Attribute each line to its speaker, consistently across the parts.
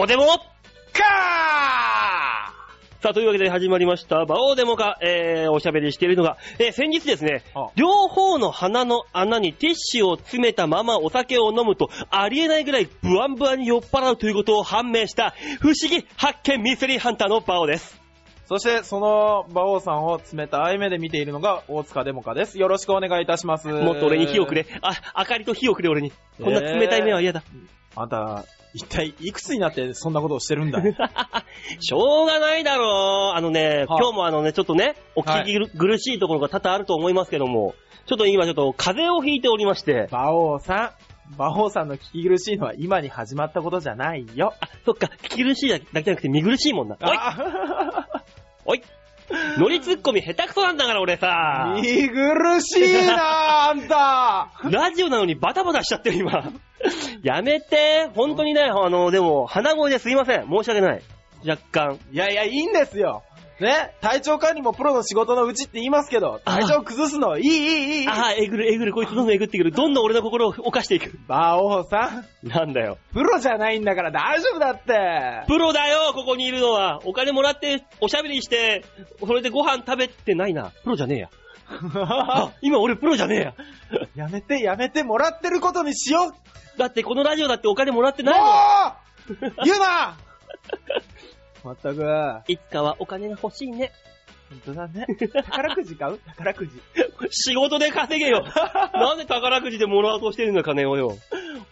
Speaker 1: オデモかーさあ、というわけで始まりました、バオーデモか、えー、おしゃべりしているのが、えー、先日ですね
Speaker 2: あ、
Speaker 1: 両方の鼻の穴にティッシュを詰めたままお酒を飲むと、ありえないぐらいブワンブワンに酔っ払うということを判明した、不思議発見ミステリーハンターのバオです。
Speaker 2: そして、その、馬王さんを冷たい目で見ているのが、大塚デモカです。よろしくお願いいたします。
Speaker 1: もっと俺に火をくれ。あ、明かりと火をくれ俺に。こんな冷たい目は嫌だ。
Speaker 2: あんた、一体、いくつになってそんなことをし てるんだ
Speaker 1: しょうがないだろう。あのね、
Speaker 2: はあ
Speaker 1: 今日もあのね、ちょっとね、お聞き苦しいところが多々あると思いますけども、ちょっと今ちょっと風邪をひいておりまして、
Speaker 2: 馬王さん、馬王さんの聞き苦しいのは今に始まったことじゃないよ。
Speaker 1: あ、そっか、聞き苦しいだけじゃなくて見苦しいもんな。おい
Speaker 2: あ。
Speaker 1: おい乗りツッコミ下手くそなんだから俺さ
Speaker 2: 見苦しいなあんた
Speaker 1: ラジオなのにバタバタしちゃってる今。 やめて、本当にね、あの、でも、鼻声ですいません。申し訳ない。若干。
Speaker 2: いやいや、いいんですよ。ね、体調管理もプロの仕事のうちって言いますけど、体調崩すの、いいいいいい。
Speaker 1: ああ、えぐるえぐる、こいつどんどんえぐってくる。どんどん俺の心を犯していく。
Speaker 2: 馬王さん、
Speaker 1: なんだよ。
Speaker 2: プロじゃないんだから大丈夫だって。
Speaker 1: プロだよ、ここにいるのは。お金もらって、おしゃべりして、それでご飯食べてないな。プロじゃねえや。あ、今俺プロじゃねえや。
Speaker 2: やめて、やめて、もらってることにしようも
Speaker 1: だってこのラジオだってお金もらってないもん。
Speaker 2: う言 うなまったく、本
Speaker 1: いつかはお金が欲しいね。
Speaker 2: 当だね。 宝くじ買う宝くじ。
Speaker 1: 仕事で稼げよ。なんで宝くじでもらおうとしてるんだ、金をよ。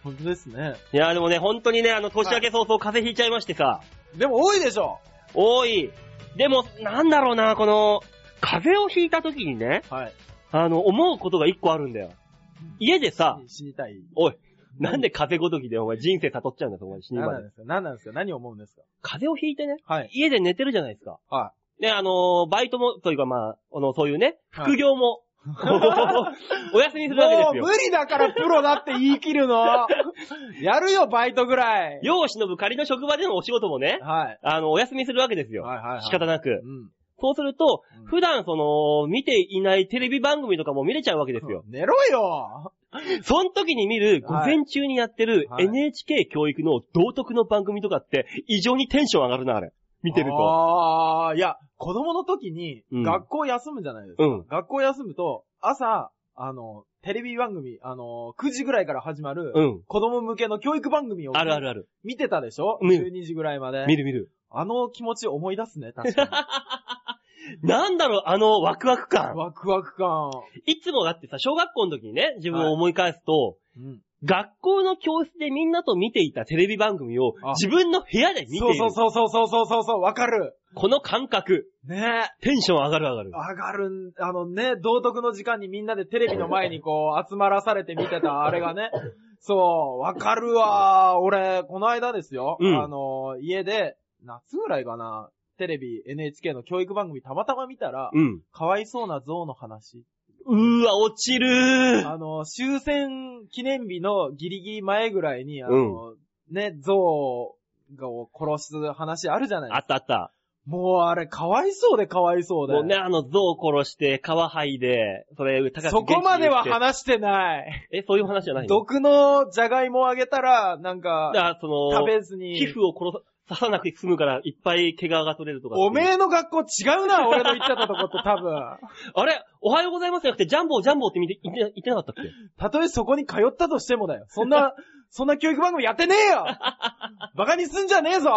Speaker 2: 本当ですね。
Speaker 1: いや、でもね、本当にね、あの、年明け早々風邪ひいちゃいましてさ、
Speaker 2: でも多いでしょ
Speaker 1: 多い。でも、なんだろうな、この、風邪をひいた時にね、
Speaker 2: はい。
Speaker 1: あの、思うことが一個あるんだよ。家でさ、
Speaker 2: 死にたい。
Speaker 1: おい、なんで風ごときでお前人生悟っちゃうんだと、お前死ぬ
Speaker 2: 何
Speaker 1: ま
Speaker 2: な
Speaker 1: で
Speaker 2: ん。ですか何なんですか何を思うんですか
Speaker 1: 風邪をひいてね、
Speaker 2: はい。
Speaker 1: 家で寝てるじゃないですか。
Speaker 2: は
Speaker 1: ね、あのーバイトも、というかまあ、あの、そういうね、
Speaker 2: はい
Speaker 1: 副業 も、お休み
Speaker 2: い。
Speaker 1: するわけです
Speaker 2: もう
Speaker 1: よ。
Speaker 2: 無理だからプロだって言い切るの やるよ、バイトぐらい。
Speaker 1: 世を忍ぶ仮の職場でのお仕事もね、
Speaker 2: はい。
Speaker 1: あの、お休みするわけですよ。
Speaker 2: はいはいはい。
Speaker 1: 仕方なく。
Speaker 2: うん。
Speaker 1: そうすると、
Speaker 2: うん
Speaker 1: 普段その、見ていないテレビ番組とかも見れちゃうわけですよ。
Speaker 2: 寝ろよ
Speaker 1: その時に見る、午前中にやってる
Speaker 2: はい
Speaker 1: NHK 教育の道徳の番組とかって、異常にテンション上がるな、あれ。見てると。
Speaker 2: ああ、いや、子供の時に、
Speaker 1: うん
Speaker 2: 学校休むじゃないですか。
Speaker 1: うん。
Speaker 2: 学校休むと、朝、あの、テレビ番組、あの、9時ぐらいから始まる、
Speaker 1: うん。
Speaker 2: 子供向けの教育番組を
Speaker 1: あるあるある。
Speaker 2: 見てたでしょ
Speaker 1: 見る
Speaker 2: ?12 時ぐらいまで。
Speaker 1: 見る見る。
Speaker 2: あの気持ち思い出すね、確か
Speaker 1: なんだろう、あのワクワク
Speaker 2: に。
Speaker 1: 感。
Speaker 2: ワクワク感。
Speaker 1: いつもだってさ、小学校の時にね、自分を思い返すと、
Speaker 2: うん。
Speaker 1: 学校の教室でみんなと見ていたテレビ番組を
Speaker 2: あ
Speaker 1: 自分の部屋で見ている。
Speaker 2: そうそうそうそうそうそうそうそう、わかる。
Speaker 1: この感覚、
Speaker 2: ねえ。
Speaker 1: テンション上がる上がる。
Speaker 2: 上がるん、あのね、道徳の時間にみんなでテレビの前にこう、 集まらされて見てたあれがね。そう、わかるわ。俺、この間ですよ。
Speaker 1: うん
Speaker 2: あの、家で、夏ぐらいかな、テレビ、NHK の教育番組たまたま見たら、
Speaker 1: うん。
Speaker 2: かわいそうな象の話。
Speaker 1: うーわ、落ちるー。
Speaker 2: あの、終戦記念日のギリギリ前ぐらいに、あの、ね、象がを殺す話あるじゃない
Speaker 1: あったあった。
Speaker 2: もうあれ、かわいそうでかわいそうで。
Speaker 1: もうね、あの、象を殺して、皮剥いで、それ、高く
Speaker 2: そこまでは
Speaker 1: 現地に行っ
Speaker 2: 話してない。
Speaker 1: てえ、そういう話じゃないの
Speaker 2: 毒のじゃがいもをあげたら、なん
Speaker 1: だ
Speaker 2: か
Speaker 1: か、らその、
Speaker 2: 食べずに。
Speaker 1: 皮膚を殺さ、刺さなくて済むから、いっぱい毛皮が取れるとかっていう。
Speaker 2: おめえの学校違うな、俺の言ってたとこって多分。
Speaker 1: あれおはようございますじゃなくて、ジャンボージャンボーって見て言って言ってなかったっけ
Speaker 2: たとえそこに通ったとしてもだよ。そ んな、そんな教育番組やってねえよバカにすんじゃねえぞ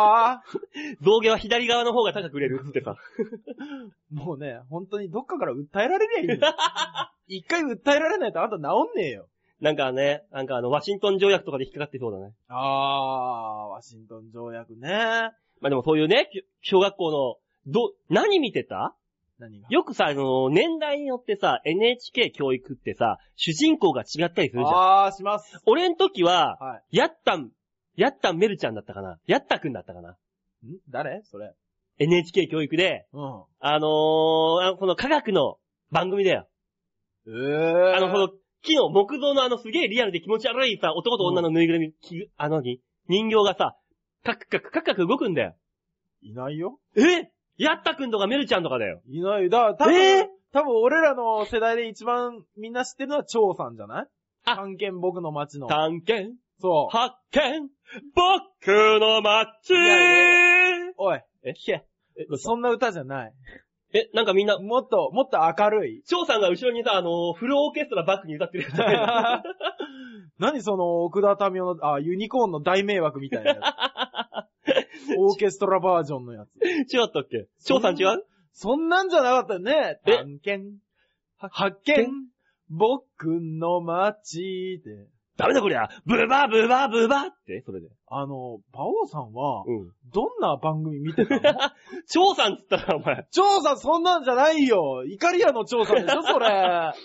Speaker 1: 造毛は左側の方が高く売れるっつってさ。
Speaker 2: もうね、本当にどっかから訴えられりゃいいのよ 一回訴えられないとあんた治んねえよ。
Speaker 1: なんかね、なんかあの、ワシントン条約とかで引っかかってそうだね。
Speaker 2: あー、ワシントン条約ね。
Speaker 1: まあでもそういうね、小学校の、ど、何見てた
Speaker 2: 何が
Speaker 1: よくさ、あの、年代によってさ、NHK 教育ってさ、主人公が違ったりするじゃん。
Speaker 2: あー、します。
Speaker 1: 俺ん時は、
Speaker 2: は
Speaker 1: やったん、やったんメルちゃんだったかなやったくんだったかなん
Speaker 2: 誰それ。
Speaker 1: ?NHK 教育で、
Speaker 2: うん。
Speaker 1: あのー、あのこの科学の番組だよ。
Speaker 2: えー。
Speaker 1: あの、この、木の木造のあのすげえリアルで気持ち悪いさ、男と女のぬいぐるみ、きあのに、人形がさ、カクカクカクカク動くんだよ。
Speaker 2: いないよ。
Speaker 1: えやったくんとかメルちゃんとかだよ。
Speaker 2: いないよ。だから多分、
Speaker 1: えー
Speaker 2: 多分俺らの世代で一番みんな知ってるのは蝶さんじゃない
Speaker 1: あ
Speaker 2: 探検僕の街の。
Speaker 1: 探検
Speaker 2: そう。
Speaker 1: 発見僕の街
Speaker 2: いやいやおい、
Speaker 1: え
Speaker 2: 聞け。えそんな歌じゃない。
Speaker 1: え、なんかみんな、
Speaker 2: もっと、もっと明 るい。
Speaker 1: 翔さんが後ろにさ、あのー、フルオーケストラバックに歌ってるやつじゃない
Speaker 2: 何その、奥田民生の、あ、ユニコーンの大迷惑みたいな やつ。オーケストラバージョンのやつ。
Speaker 1: 違ったっけ翔さん違う
Speaker 2: そんなんじゃなかったよね。
Speaker 1: え
Speaker 2: 探検、発見、僕の街で。
Speaker 1: ダメだこりゃブバブバブバって、それで。
Speaker 2: あの、馬王さんは、
Speaker 1: うん。
Speaker 2: どんな番組見てたの
Speaker 1: 翔さんっつったらお前、
Speaker 2: 調査そんなんじゃないよイカリアの調査でしょ それ。
Speaker 1: 違う
Speaker 2: こ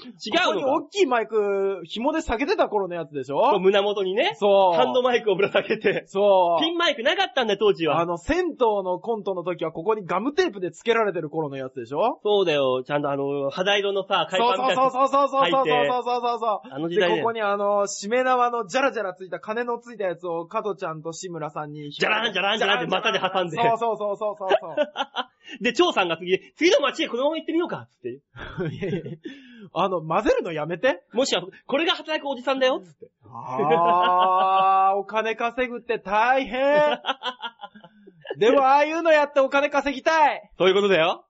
Speaker 2: こに
Speaker 1: のか
Speaker 2: 大きいマイク、紐で下げてた頃のやつでし
Speaker 1: こう
Speaker 2: ょ
Speaker 1: 胸元にね、
Speaker 2: そう。
Speaker 1: ハンドマイクをぶら下げて。
Speaker 2: そう。
Speaker 1: ピンマイクなかったんだよ、当時
Speaker 2: あ
Speaker 1: は。
Speaker 2: の、銭湯のコントの時はここにガムテープで付けられてる頃のやつでしょ
Speaker 1: そうだよ、ちゃんとあの、肌色のさ、
Speaker 2: そう
Speaker 1: 海パンみたいな
Speaker 2: そうそうそうそうそうそう
Speaker 1: 履いて
Speaker 2: そうそうそう。
Speaker 1: あの時
Speaker 2: で、
Speaker 1: 代
Speaker 2: こ
Speaker 1: ね
Speaker 2: こ。にあの、しめ縄のジャラジャラついた、金のついたやつを、加トちゃんと志村さんに引っ
Speaker 1: ジャランジャランジャランって股で挟んで
Speaker 2: そうそうそうそうそう
Speaker 1: で、張さんが次、次の街へこのまま行ってみようか、つって。
Speaker 2: そう。いやいや あの、混ぜるのやめて。
Speaker 1: もしは、これが働くおじさんだよ、つって。
Speaker 2: あー、お金稼ぐって大 変。でも、ああいうのやってお金稼ぎたい。
Speaker 1: そういうことだよ。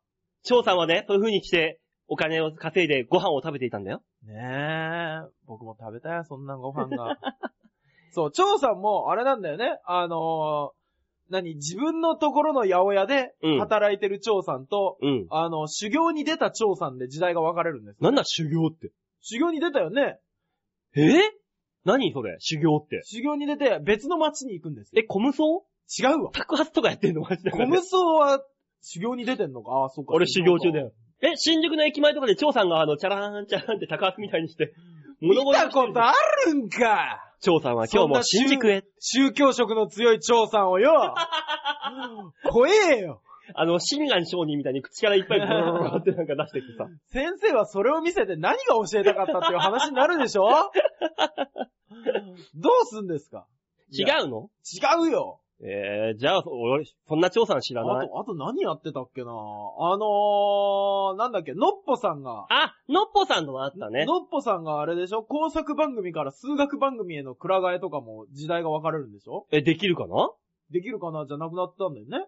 Speaker 1: 張さんはね、そういう風にして、お金を稼いでご飯を食べていたんだよ。
Speaker 2: ねえ、僕も食べたい、そんなご飯が。 そう、張さんも、あれなんだよね。あのー何、自分のところの八百屋で
Speaker 1: うん
Speaker 2: 働いてる張さんと、
Speaker 1: うん。
Speaker 2: あの、修行に出た張さんで時代が分かれるんですよ。
Speaker 1: なんだ修行って。
Speaker 2: 修行に出たよね。
Speaker 1: えー何それ修行って。
Speaker 2: 修行に出て別の町に行くんですよ。
Speaker 1: え、コムソ
Speaker 2: 違 うわ。
Speaker 1: 宅発とかやってんのマジで。
Speaker 2: コムソは修行に出てんのかああ、そうか。
Speaker 1: 俺修行中だ
Speaker 2: よ。
Speaker 1: よ。え、新宿の駅前とかで張さんがあの、チャラーンチャラーンって宅発みたいにして、
Speaker 2: 見
Speaker 1: 物
Speaker 2: たことあるんか
Speaker 1: 張さんは今日も新宿へ。
Speaker 2: 宗教色の強い張さん をよ怖えよ
Speaker 1: あの、心眼商人みたいに口からいっぱいブーってなんか出してきてさ。
Speaker 2: 先生はそれを見せて何が教えたかったっていう話になるでし ょどうすんですか いや
Speaker 1: 違うの
Speaker 2: 違うよ。
Speaker 1: えー、じゃあ、俺、そんな張さん知
Speaker 2: あ
Speaker 1: らない。
Speaker 2: と、あと何やってたっけなあのー、なんだっけ、のっぽさんが、
Speaker 1: あ、のっぽさんのはあったね。
Speaker 2: のっぽさんがあれでしょ工作番組から数学番組へのくら替えとかも時代が分かれるんでしょ
Speaker 1: え、できるかな
Speaker 2: できるかなじゃなくなったんだよね。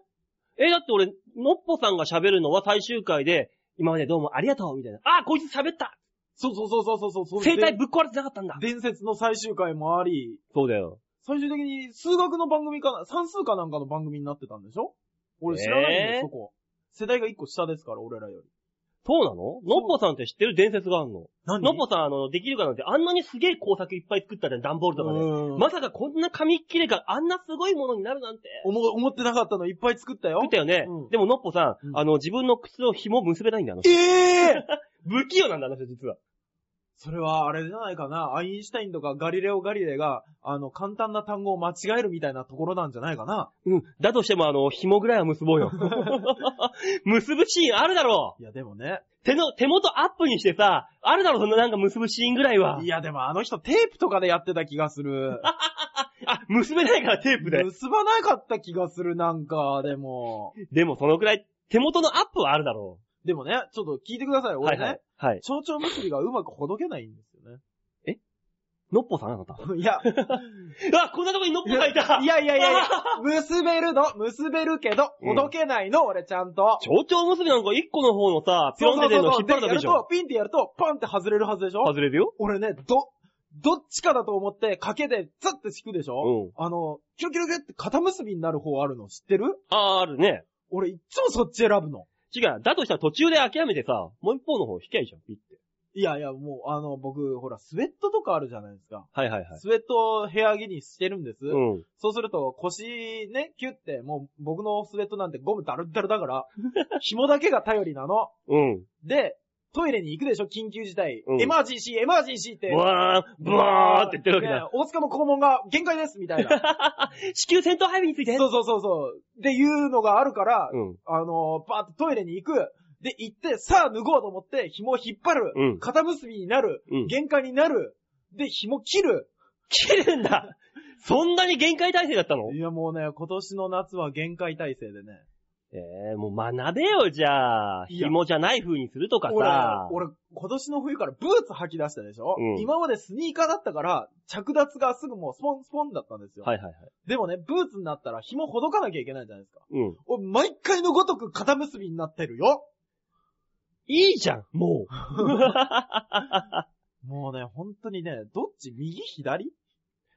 Speaker 1: え、だって俺、のっぽさんが喋るのは最終回で、今までどうもありがとうみたいな。あ、こいつ喋った
Speaker 2: そうそうそうそうそうそうそう。
Speaker 1: 生体ぶっ壊れてなかったんだ
Speaker 2: で伝説の最終回もあり、
Speaker 1: そうだよ。
Speaker 2: 最終的に数学の番組かな、算数かなんかの番組になってたんでしょ俺知らないんだよ、
Speaker 1: えー
Speaker 2: そこ。世代が一個下ですから、俺らより。
Speaker 1: そうなののっぽさんって知ってる伝説があるの。
Speaker 2: 何
Speaker 1: のっぽさん、あの、できるかなんて、あんなにすげえ工作いっぱい作ったじゃん、段ボールとかで。
Speaker 2: うん
Speaker 1: まさかこんな紙切れがあんなすごいものになるなんて。
Speaker 2: 思思ってなかったのいっぱい作ったよ
Speaker 1: 作っ。たよね。
Speaker 2: うん
Speaker 1: でも、のっぽさん、
Speaker 2: うん
Speaker 1: あの、自分の靴の紐結べないんだよ、あの人
Speaker 2: ええー
Speaker 1: 不器用なんだ、あの人実は。
Speaker 2: それはあれじゃないかな。アインシュタインとかガリレオ・ガリレイが、あの、簡単な単語を間違えるみたいなところなんじゃないかな。
Speaker 1: うん。だとしても、あの、紐ぐらいは結ぼう よ。結ぶシーンあるだろ
Speaker 2: いや、でもね。
Speaker 1: う手の、手元アップにしてさ、あるだろうそんななんか結ぶシーンぐらいは。
Speaker 2: いや、でもあの人テープとかでやってた気がする。
Speaker 1: あ、結べないからテープ で。
Speaker 2: 結ばなかった気がする、なんか、でも。
Speaker 1: でも、そのくらい、手元のアップはあるだろ
Speaker 2: でもね、ちょっと聞いてください、
Speaker 1: う。は
Speaker 2: 俺
Speaker 1: いは
Speaker 2: ね
Speaker 1: い。。はい。
Speaker 2: 蝶々結びがうまくほどけないんですよね。
Speaker 1: のっぽさんあなた。
Speaker 2: いや、
Speaker 1: あ、こんなとこにのっぽさんいた
Speaker 2: いやいやいやいや、結べるの、結べるけど、ほどけないの、俺ちゃんと。
Speaker 1: 蝶々結びなんか一個の方のさ、ピョンって出るの引っ張るだけでし
Speaker 2: やる
Speaker 1: ょ。
Speaker 2: と、ピンってやると、パンって外れるはずでしょ
Speaker 1: 外れるよ。
Speaker 2: 俺ね、ど、どっちかだと思って、賭けでザッて引くでし
Speaker 1: う
Speaker 2: ょ
Speaker 1: ん
Speaker 2: あの、キュルキュルキュルって肩結びになる方あるの知ってる
Speaker 1: あー、あるね。
Speaker 2: 俺いっつもそっち選ぶの。
Speaker 1: 違う。だとしたら途中で諦めてさ、もう一方の方引きゃいいじゃん、ピッて。
Speaker 2: いやいや、もう、あの、僕、ほら、スウェットとかあるじゃないですか。
Speaker 1: はいはいはい。
Speaker 2: スウェットを部屋着にしてるんです。
Speaker 1: うん。
Speaker 2: そうすると、腰ね、キュって、もう僕のスウェットなんてゴムダルッダルだから、 紐だけが頼りなの。
Speaker 1: うん。
Speaker 2: で、トイレに行くでしょ、緊急事態。
Speaker 1: うん
Speaker 2: エマージェンシー、エマージェンシーって。
Speaker 1: ブワーン、ブワーンって言ってるわけだ。
Speaker 2: ね大塚の肛門が限界です、みたいな。
Speaker 1: 至急戦闘配備について。
Speaker 2: そうそうそうそう。で、いうのがあるから、
Speaker 1: うん。
Speaker 2: あのー、バーってトイレに行く。で、行って、さあ脱ごうと思って、紐を引っ張る。
Speaker 1: うん
Speaker 2: 肩結びになる。
Speaker 1: うん
Speaker 2: 限界になる。で、紐切る。
Speaker 1: 切るんだそんなに限界体制だったの
Speaker 2: いや、もうね、今年の夏は限界体制でね。
Speaker 1: えー、もう学べよ、じゃあ。
Speaker 2: いや
Speaker 1: 紐じゃない風にするとか
Speaker 2: 俺
Speaker 1: さ。、
Speaker 2: 俺、今年の冬からブーツ履き出したでしょ、
Speaker 1: うん
Speaker 2: 今までスニーカーだったから、着脱がすぐもうスポンスポンだったんですよ。
Speaker 1: はいはいはい。
Speaker 2: でもね、ブーツになったら紐ほどかなきゃいけないじゃないですか。
Speaker 1: うん。
Speaker 2: 俺、毎回のごとく肩結びになってるよ
Speaker 1: いいじゃん、もう。
Speaker 2: もうね、本当にね、どっち右左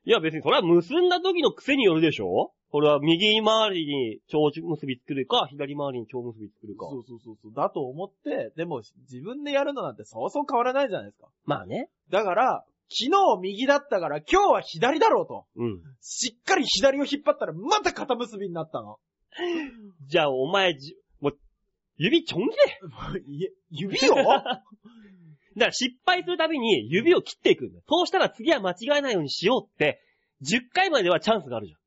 Speaker 1: いや別にそれは結んだ時の癖によるでしょこれは右回りに蝶結び作るか、左回りに蝶結び作るか。
Speaker 2: そうそうそうそう。だと思って、でも自分でやるのなんてそうそう変わらないじゃないですか。
Speaker 1: まあね。
Speaker 2: だから、昨日右だったから今日は左だろうと。
Speaker 1: うん。
Speaker 2: しっかり左を引っ張ったらまた肩結びになったの。
Speaker 1: じゃあお前じ、もう、指ちょんけだ
Speaker 2: いえ指を
Speaker 1: から失敗するたびに指を切っていくんだよ。そうしたら次は間違えないようにしようって、10回まではチャンスがあるじゃん。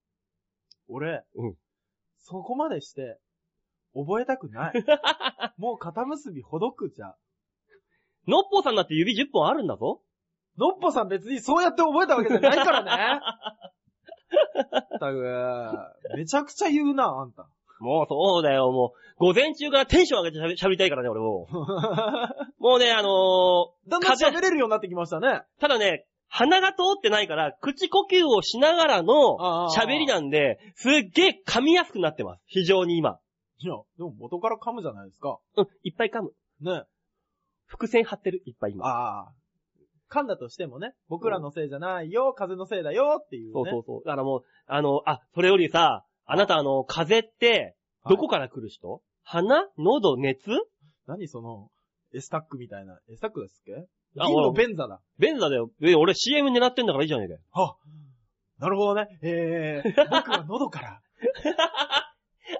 Speaker 2: 俺、
Speaker 1: うん
Speaker 2: そこまでして、覚えた くない。もう肩結びほどくじゃん。
Speaker 1: ノッポさんだって指10本あるんだぞ。
Speaker 2: のっぽさん別にそうやって覚えたわけじゃないから ね。たく、めちゃくちゃ言うな、あんた。
Speaker 1: もうそうだよ、もう。午前中からテンション上げて喋り喋りたいからね、俺もう。もうね、あの
Speaker 2: だんだん喋れるようになってきましたね。
Speaker 1: ー、ただね、鼻が通ってないから、口呼吸をしながらの
Speaker 2: ああ
Speaker 1: 喋りなんで、すっげえ噛みやすくなってます。非常に今。
Speaker 2: いや、でも元から噛むじゃないですか。
Speaker 1: うん、いっぱい噛む。
Speaker 2: ね。
Speaker 1: 伏線張ってる、いっぱい今。
Speaker 2: ああ。噛んだとしてもね、僕らのせいじゃないよ、風のせいだよっていうね。
Speaker 1: そうそうそう。だからもう、あの、あ、それよりさ、あなたあの、風邪って、どこから来る人、鼻喉熱
Speaker 2: 何その、エスタックみたいな。エスタックですっけ
Speaker 1: あ
Speaker 2: 銀のベンザだ。
Speaker 1: ベンザだよ。え俺 CM 狙ってんだからいいじゃねえかよ。
Speaker 2: あ、なるほどね。えー、僕は喉から。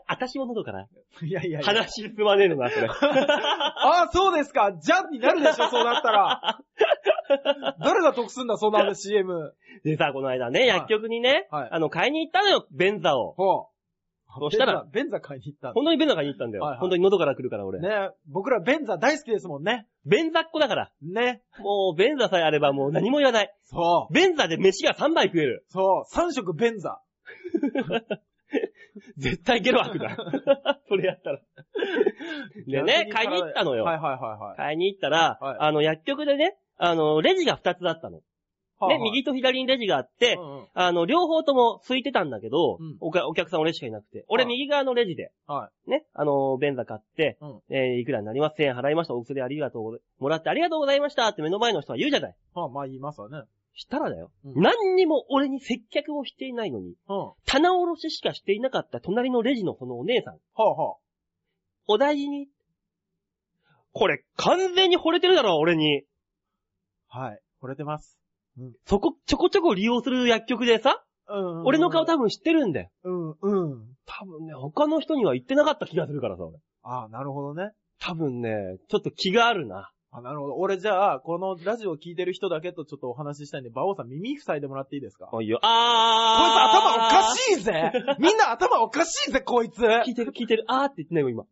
Speaker 1: 私も喉から。
Speaker 2: いやいやいや。
Speaker 1: 話進まねえのな、 それ。
Speaker 2: ああ、そうですか。じゃんになるでしょ、そうなっ たら。誰が得すんだ、そんな CM。
Speaker 1: でさ、この間ね、薬局にね、
Speaker 2: はい
Speaker 1: あの、買いに行ったのよ、ベンザを。
Speaker 2: ほう。
Speaker 1: そしたら
Speaker 2: ベンザ、ベンザ買いに行った
Speaker 1: 本当にベンザ買いに行ったんだよ。
Speaker 2: はいはい
Speaker 1: 本当に喉から来るから、俺。
Speaker 2: の。ね、僕らベンザ大好きですもんね。
Speaker 1: ベンザっ子だから。
Speaker 2: ね。
Speaker 1: もう、ベンザさえあればもう何も言わない。
Speaker 2: そう。
Speaker 1: ベンザで飯が3杯食え る。
Speaker 2: そう。三色ベンザ。
Speaker 1: 絶対ゲロ吐く な。それやったら。でね、買いに行ったのよ。
Speaker 2: はいはいはいはい。
Speaker 1: 買いに行ったら、
Speaker 2: はい
Speaker 1: あの、薬局でね、あの、レジが2つあったの。
Speaker 2: は
Speaker 1: ね、右と左にレジがあって、
Speaker 2: うんうん
Speaker 1: あの、両方とも空いてたんだけど、
Speaker 2: うん
Speaker 1: おかお客さん俺しかいなくて。俺
Speaker 2: はい
Speaker 1: 右側のレジで、
Speaker 2: は
Speaker 1: ね、あの、便座買って、
Speaker 2: うん
Speaker 1: えーいくらになります ?1000 円払いました。お薬ありがとうござい、もらってありがとうございましたって目の前の人は言うじゃない。
Speaker 2: い。はあ、まあ言いますわね。
Speaker 1: したらだよ。
Speaker 2: うん
Speaker 1: 何にも俺に接客をしていないのに、
Speaker 2: うん。は
Speaker 1: 棚卸ししかしていなかった隣のレジのこのお姉さん。
Speaker 2: あは
Speaker 1: お大事に。これ、完全に惚れてるだろ、俺に。
Speaker 2: あ。はい。惚れてます。
Speaker 1: そこ、ちょこちょこ利用する薬局でさ、
Speaker 2: うん
Speaker 1: 俺の顔多分知ってるんだよ。
Speaker 2: うん、うん。
Speaker 1: 多分ね、他の人には言ってなかった気がするからさ、俺。
Speaker 2: ああ、なるほどね。
Speaker 1: 多分ね、ちょっと気があるな。
Speaker 2: あ、なるほど。俺じゃあ、このラジオ聞いてる人だけとちょっとお話ししたいんで、馬王さん耳塞いでもらっていいですかこい
Speaker 1: あ、いや、
Speaker 2: つ頭お
Speaker 1: あー
Speaker 2: かしい ぜみんな頭おかしいぜ、こいつ
Speaker 1: 聞いてる聞いてる。あーって言ってないもん、今。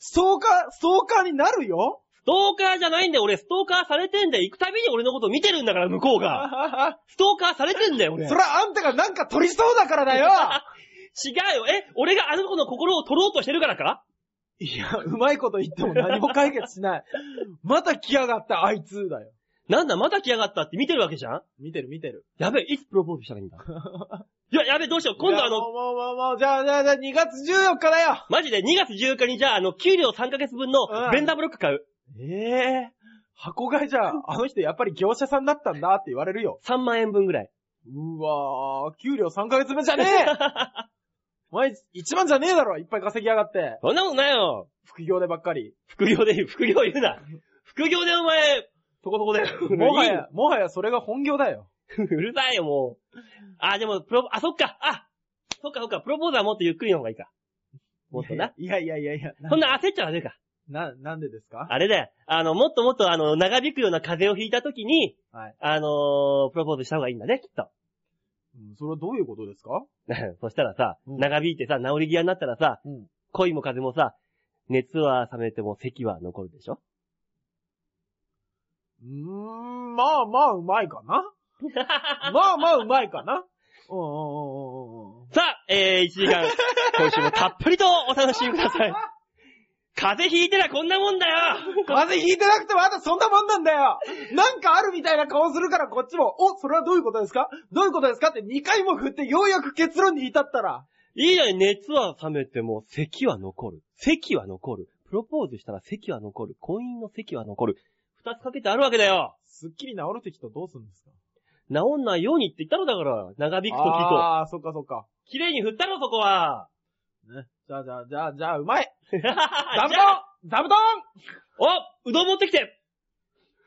Speaker 2: ストーカー、ストーカーにな るよ
Speaker 1: ストーカーじゃないんだよ、俺。ストーカーされてんだよ。行くたびに俺のこと見てるんだから、向こう
Speaker 2: そ
Speaker 1: が。ストーカーされてんだよ、俺。
Speaker 2: れはあんたがなんか取りそうだからだよ
Speaker 1: 違うよ。え、俺があの子の心を取ろうとしてるからか
Speaker 2: いや、うまいこと言っても何も解決しない。また来やがった、あいつだよ。
Speaker 1: なんだ、また来やがったって見てるわけじゃん
Speaker 2: 見てる見てる。
Speaker 1: やべえ、いつプロポーズしたらいいん だいや、やべえ、どうしよう。今度あ
Speaker 2: いやも
Speaker 1: の、
Speaker 2: うもうもうもう、じゃあじゃあじゃあ2月14日だよ
Speaker 1: マジで2月14日にじゃあ、あの、給料3ヶ月分の
Speaker 2: うん
Speaker 1: ベンダーブロック買う。
Speaker 2: ええ箱買いじゃあ、あの人やっぱり業者さんだったんだって言われるよ。
Speaker 1: 3万円分ぐらい。
Speaker 2: うわー、給料3ヶ月分じゃね えお前、1万じゃねえだろいっぱい稼ぎやがって。
Speaker 1: そんなことないよ。
Speaker 2: 副業でばっかり。
Speaker 1: 副業で、 副業言うな。副業でお前、とことこで。
Speaker 2: もはや、もはやそれが本業だよ。
Speaker 1: いい。うるさいよ、もう。あ、でも、プロ、あ、そっか、あ、そっかそっか、プロポーズはもっとゆっくりの方がいいか。もっとな。
Speaker 2: いやいやいやいや。
Speaker 1: そんな焦っちゃダメか。
Speaker 2: な、なんでですか
Speaker 1: あれだよ。あの、もっともっと、あの、長引くような風邪をひいた時に、
Speaker 2: はい。
Speaker 1: あのープロポーズした方がいいんだね、きっと。
Speaker 2: うんそれはどういうことですか
Speaker 1: そしたらさ、
Speaker 2: うん
Speaker 1: 長引いてさ、治り際になったらさ、
Speaker 2: うん。
Speaker 1: 恋も風もさ、熱は冷めても咳は残るでしょ
Speaker 2: うーん、まあま あうまいかな。まあまあうまいかな。うんうんうんうんうんうん。
Speaker 1: さあ、えー、1時 間、今週もたっぷりとお楽しみください。風邪ひいてりゃこんなもんだよ
Speaker 2: 風邪ひいてなくてもあんたそんなもんなんだよなんかあるみたいな顔するからこっちも、お、それはどういうことですかどういうことですかって2回も振ってようやく結論に至ったら。
Speaker 1: いいのに熱は冷めても、咳は残る。咳は残る。プロポーズしたら咳は残る。婚姻の咳は残る。二つかけてあるわけだよ
Speaker 2: すっきり治る時とどうするんですか
Speaker 1: 治んないようにって言ったのだから、長引く時と。
Speaker 2: ああ、そっかそっか。
Speaker 1: 綺麗に振ったろ、そこは
Speaker 2: ね。じゃあじゃあじゃあじゃあ、うまい 座
Speaker 1: ダ
Speaker 2: 布団座布団
Speaker 1: おうどん持ってきて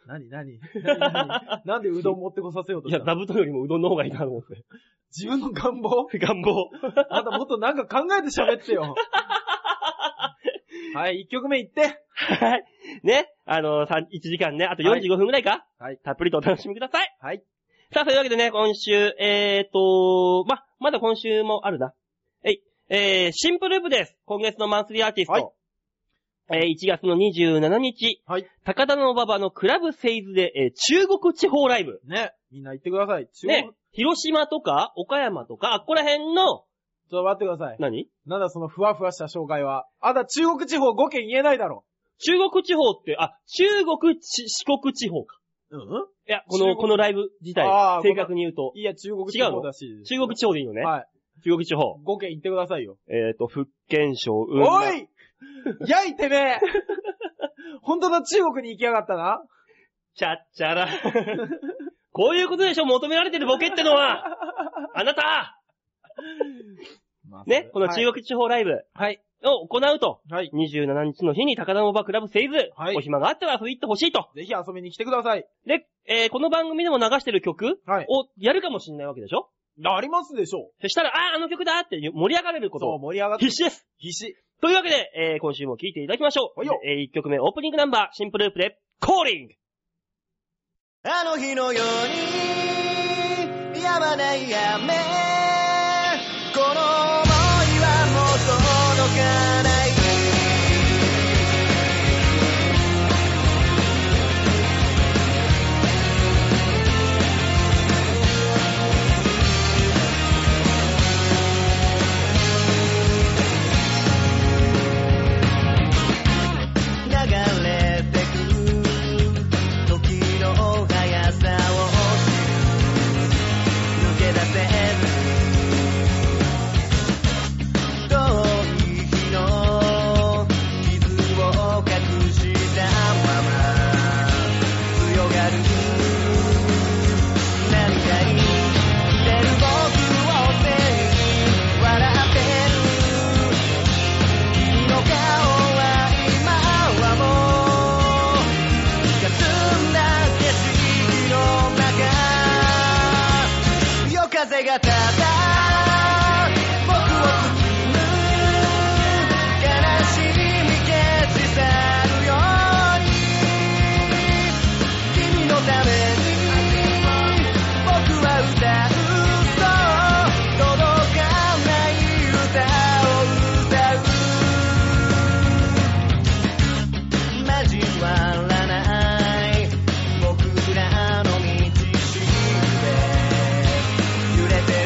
Speaker 2: 何何何何 なんでうどん持ってこさせようと
Speaker 1: い
Speaker 2: した
Speaker 1: や、
Speaker 2: の
Speaker 1: 座布団よりもうどんの方がいいなと思って。
Speaker 2: 自分の願望
Speaker 1: 願望。
Speaker 2: あんたもっとなんか考えて喋って よ。はい、1曲目いって。
Speaker 1: はい。ね。あの、1時間ね、あと45分くらいか
Speaker 2: はい。
Speaker 1: たっぷりとお楽しみください。
Speaker 2: はい。
Speaker 1: さあ、そういうわけでね、今週、えーと、ま、まだ今週もあるな。えい。えー、シンプループです。今月のマンスリーアーティスト。
Speaker 2: はい
Speaker 1: えー、1月の27日、
Speaker 2: はい。
Speaker 1: 高田の馬場のクラブセイズで、えー中国地方ライブ。
Speaker 2: ね。みんな言ってください。中国
Speaker 1: ね。広島とか、岡山とか、あっこら辺の、
Speaker 2: ちょっと待ってください。
Speaker 1: 何
Speaker 2: なんだそのふわふわした紹介は。あんた中国地方5県言えないだろ。
Speaker 1: 中国地方って、あ、中国ち、四国地方か。
Speaker 2: うん
Speaker 1: いや、こ
Speaker 2: 中
Speaker 1: の、
Speaker 2: 国
Speaker 1: このライブ自体
Speaker 2: あ、ー
Speaker 1: 正確に言うと、
Speaker 2: いや、中国地方だし。
Speaker 1: 中国地方でいいのね。
Speaker 2: はい。
Speaker 1: 中国地方。
Speaker 2: 5県言ってくださいよ。
Speaker 1: えーと、福建省、雲
Speaker 2: お
Speaker 1: 南
Speaker 2: いやいてめえ 本当だ中国に行きやがったな。
Speaker 1: ちゃっちゃら。 こういうことでしょ、求められてるボケってのは。あなたね、この中国地方ライブ
Speaker 2: はい。
Speaker 1: を行うと、
Speaker 2: はい。
Speaker 1: 27日の日に高田馬場クラブセイズ、
Speaker 2: はい
Speaker 1: お暇があっては吹いてほしいと。
Speaker 2: ぜひ遊びに来てください。
Speaker 1: で、えーこの番組でも流してる曲
Speaker 2: はい。
Speaker 1: をやるかもしんないわけでしょ
Speaker 2: ありますでしょ
Speaker 1: そしたら、ああー、あの曲だって盛り上がれる
Speaker 2: う。
Speaker 1: こと
Speaker 2: そう、
Speaker 1: を
Speaker 2: 盛り上がって
Speaker 1: 必。死です。
Speaker 2: 必死。
Speaker 1: というわけで、えー今週も聴いていただきましょう。
Speaker 2: はいよ
Speaker 1: え1曲目オープニングナンバー、シンプループで、コーリング
Speaker 3: あの日のように止まない雨この想いはもう届かない流れてく時の速さを抜け出せ遠い日の傷を隠したまま強がる涙に触れる僕を背に笑ってる「君の顔は今はもう」「かすんでいる」「だ景色の中」「夜風がただ僕を包む」「悲しみ消し去るように」「君のために僕は歌う」「そう届かない歌を歌う」交わらない僕らの道しるべ揺れてる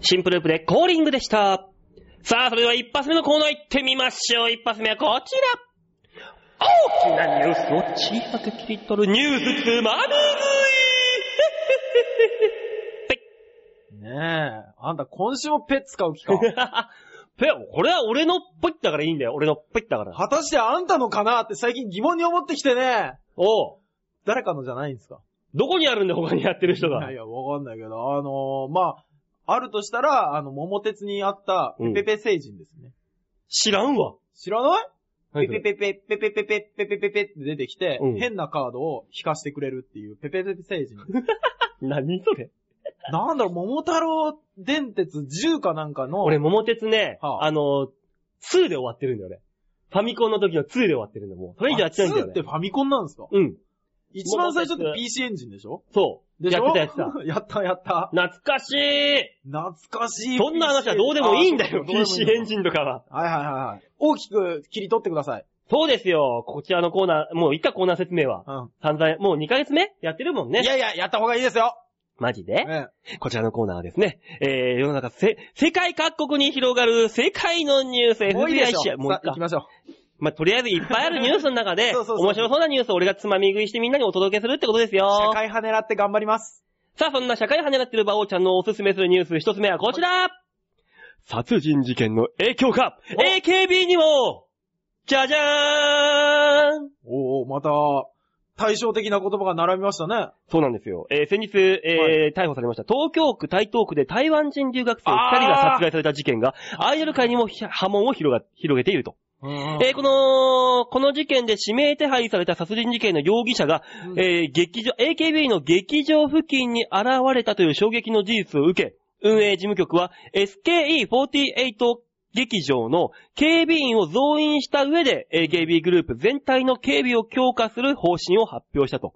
Speaker 1: シンプループでコーリングでした。さあ、それでは一発目のコーナー行ってみましょう。一発目はこちら。大きなニュースを小さく切り取るニュースつまみ食い
Speaker 2: ねえ。あんた今週もペッ使う 気か。
Speaker 1: ペッ、これは俺のポイだからいいんだよ。俺のポイだから。
Speaker 2: 果たしてあんたのかなって最近疑問に思ってきてね。
Speaker 1: おう。
Speaker 2: 誰かのじゃないんですか
Speaker 1: どこにあるんだよ、他にやってる人
Speaker 2: いや
Speaker 1: が
Speaker 2: い。や、わかんないけど、あのーまあ、あるとしたら、あの、桃鉄にあった、
Speaker 1: うん
Speaker 2: ペペペ星人ですね。
Speaker 1: 知らんわ。
Speaker 2: 知らない
Speaker 1: はい
Speaker 2: ペペペペ、ペペペペ、ペペペペって出てきて、
Speaker 1: うん
Speaker 2: 変なカードを引かしてくれるっていう、ペペペペ星人。
Speaker 1: 何それ
Speaker 2: なんだろう、桃太郎電鉄10かなんかの、
Speaker 1: 俺、桃鉄ね、
Speaker 2: はあ
Speaker 1: あの、2で終わってるんだよ、俺。ファミコンの時の2で終わってるんだよ、もう。それ以上やっちゃうんだよ、
Speaker 2: 2って
Speaker 1: ね。
Speaker 2: ファミコンなんですか
Speaker 1: うん。
Speaker 2: 一番最初って PC エンジンでしょ
Speaker 1: そう。
Speaker 2: でし
Speaker 1: や
Speaker 2: ょ
Speaker 1: ってたやってた。
Speaker 2: やったやった。
Speaker 1: 懐かし い
Speaker 2: 懐かしい。
Speaker 1: そんな話はどうでもいいんだよ、
Speaker 2: あー
Speaker 1: PC エンジンとかは。
Speaker 2: はいはいはいはい。大きく切り取ってください。
Speaker 1: そうですよ、こちらのコーナー、もういったコーナー説明は。
Speaker 2: うん。
Speaker 1: 散々、もう2ヶ月目やってるもんね。
Speaker 2: いやいや、やった方がいいですよ。
Speaker 1: マジで、
Speaker 2: え
Speaker 1: こちらのコーナーはですね、えー、世の中せ、世界各国に広がる世界のニュース、
Speaker 2: え。もういいで
Speaker 1: FBI
Speaker 2: し
Speaker 1: 試合、
Speaker 2: ょ。
Speaker 1: もういっ
Speaker 2: さあ、行
Speaker 1: か
Speaker 2: き。ましょ
Speaker 1: まあ、とりあえずいっぱいあ るニュースの中で、
Speaker 2: そうそうそう
Speaker 1: 面白そうなニュースを俺がつまみ食いしてみんなにお届けするってことです
Speaker 2: う。社
Speaker 1: よ。
Speaker 2: 会派狙って頑張ります。
Speaker 1: さあ、そんな社会派狙ってる馬王ちゃんのおすすめするニュース一つ目はこちら殺人事件の影響か !AKB にもじゃじゃーん
Speaker 2: おおまた、対照的な言葉が並びましたね。
Speaker 1: そうなんですよ。えー先日、えー逮捕されました東京区台東区で台湾人留学生2
Speaker 2: あー
Speaker 1: 人が殺害された事件が、アイドル界にもひ波紋を広が、広げていると。え
Speaker 2: え
Speaker 1: ーこの、この事件で指名手配された殺人事件の容疑者が、
Speaker 2: うん
Speaker 1: えー劇場、AKB の劇場付近に現れたという衝撃の事実を受け、運営事務局は SKE48 劇場の警備員を増員した上で AKB グループ全体の警備を強化する方針を発表したと。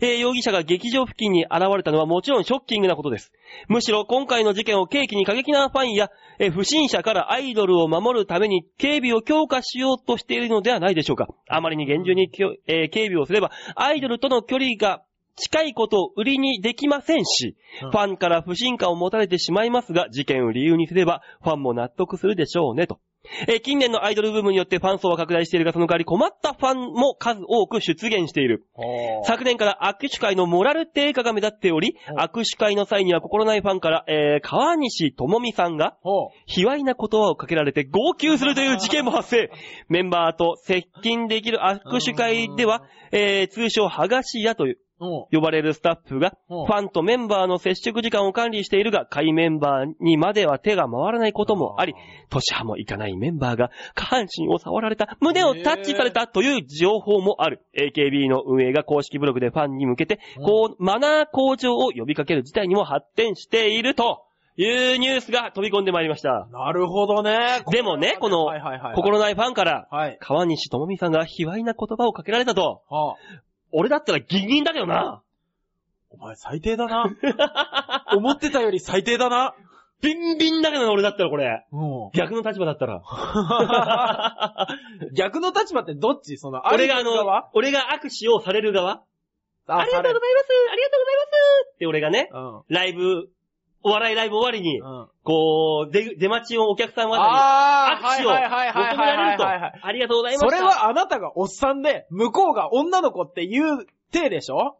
Speaker 1: えー容疑者が劇場付近に現れたのはもちろんショッキングなことです。むしろ今回の事件を契機に過激なファンや、えー不審者からアイドルを守るために警備を強化しようとしているのではないでしょうか。あまりに厳重にきょ、えー警備をすれば、アイドルとの距離が近いことを売りにできませんし、
Speaker 2: うん
Speaker 1: ファンから不信感を持たれてしまいますが、事件を理由にすれば、ファンも納得するでしょうね、と。えー近年のアイドルブームによってファン層は拡大しているが、その代わり困ったファンも数多く出現している。昨年から握手会のモラル低下が目立っており、
Speaker 2: うん
Speaker 1: 握手会の際には心ないファンから、えー、川西智美さんが、
Speaker 2: ほう。
Speaker 1: 卑猥な言葉をかけられて号泣するという事件も発生。メンバーと接近できる握手会では、えー、通称、はがし屋という
Speaker 2: ほ
Speaker 1: 呼ばれるスタッフが、フ
Speaker 2: うん
Speaker 1: ァンとメンバーの接触時間を管理しているが、会メンバーにまでは手が回らないこともあり
Speaker 2: あー、
Speaker 1: 年派もいかないメンバーが下半身を触られた、胸をタッチされたという情報もある。AKB の運営が公式ブログでファンに向けて、
Speaker 2: うん
Speaker 1: こう、マナー向上を呼びかける事態にも発展しているというニュースが飛び込んでまいりました
Speaker 2: う。。なるほどね。
Speaker 1: でもね、この
Speaker 2: はいはいはいはい、
Speaker 1: 心ないファンから、
Speaker 2: はい。
Speaker 1: 川西智美さんが卑猥な言葉をかけられたと、
Speaker 2: はあ。
Speaker 1: 俺だったらギンギンだけどな。
Speaker 2: お前最低だな。 思ってたより最低だな。
Speaker 1: ビンビンだけどな、俺だったらこれ。
Speaker 2: うん。
Speaker 1: 逆の立場だったら。
Speaker 2: 逆の立場ってどっちその、
Speaker 1: 俺があ
Speaker 2: アイドル
Speaker 1: の
Speaker 2: 側、
Speaker 1: 俺が握手をされる側ありがとうございますありがとうございますって俺がね、
Speaker 2: う
Speaker 1: ライブ、お笑いライブ終わりに、
Speaker 2: ん。うん。
Speaker 1: こう、出、出待ちをお客さんは
Speaker 2: あー
Speaker 1: 握手を
Speaker 2: は
Speaker 1: 求
Speaker 2: い
Speaker 1: め
Speaker 2: はいはいはいはい
Speaker 1: られると。
Speaker 2: はいはい
Speaker 1: ありがとうございま
Speaker 2: そ
Speaker 1: した。
Speaker 2: れはあなたがおっさんで、向こうが女の子っていう体でしょ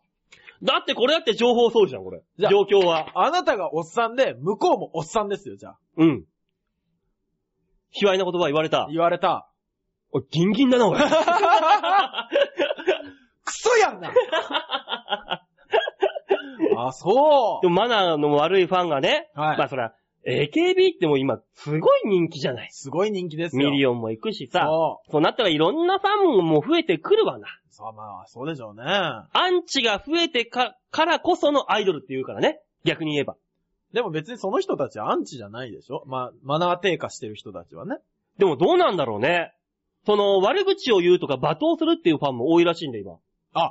Speaker 1: だってこれだって情報そうじゃん、これ。
Speaker 2: じゃあ
Speaker 1: 状況は。
Speaker 2: あなたがおっさんで、向こうもおっさんですよ、じゃあ。
Speaker 1: うん。卑猥な言葉言われた。
Speaker 2: 言われた。
Speaker 1: おいギンギンだ な、おい。
Speaker 2: クソやん なあ、そ
Speaker 1: でもマナーの悪いファンがね、
Speaker 2: はい。。
Speaker 1: まあそら、AKB ってもう今、すごい人気じゃないう
Speaker 2: すごい人気ですよ。
Speaker 1: ミリオンも行くしさ、
Speaker 2: そ
Speaker 1: そうなったらいろんなファンも増えてくるわな。
Speaker 2: う。そう、まあ、そうでしょうね。
Speaker 1: アンチが増えてか、からこそのアイドルって言うからね。逆に言えば。
Speaker 2: でも別にその人たちアンチじゃないでしょまあ、マナー低下してる人たちはね。
Speaker 1: でもどうなんだろうね。その、悪口を言うとか罵倒するっていうファンも多いらしいんだ、今。
Speaker 2: あ、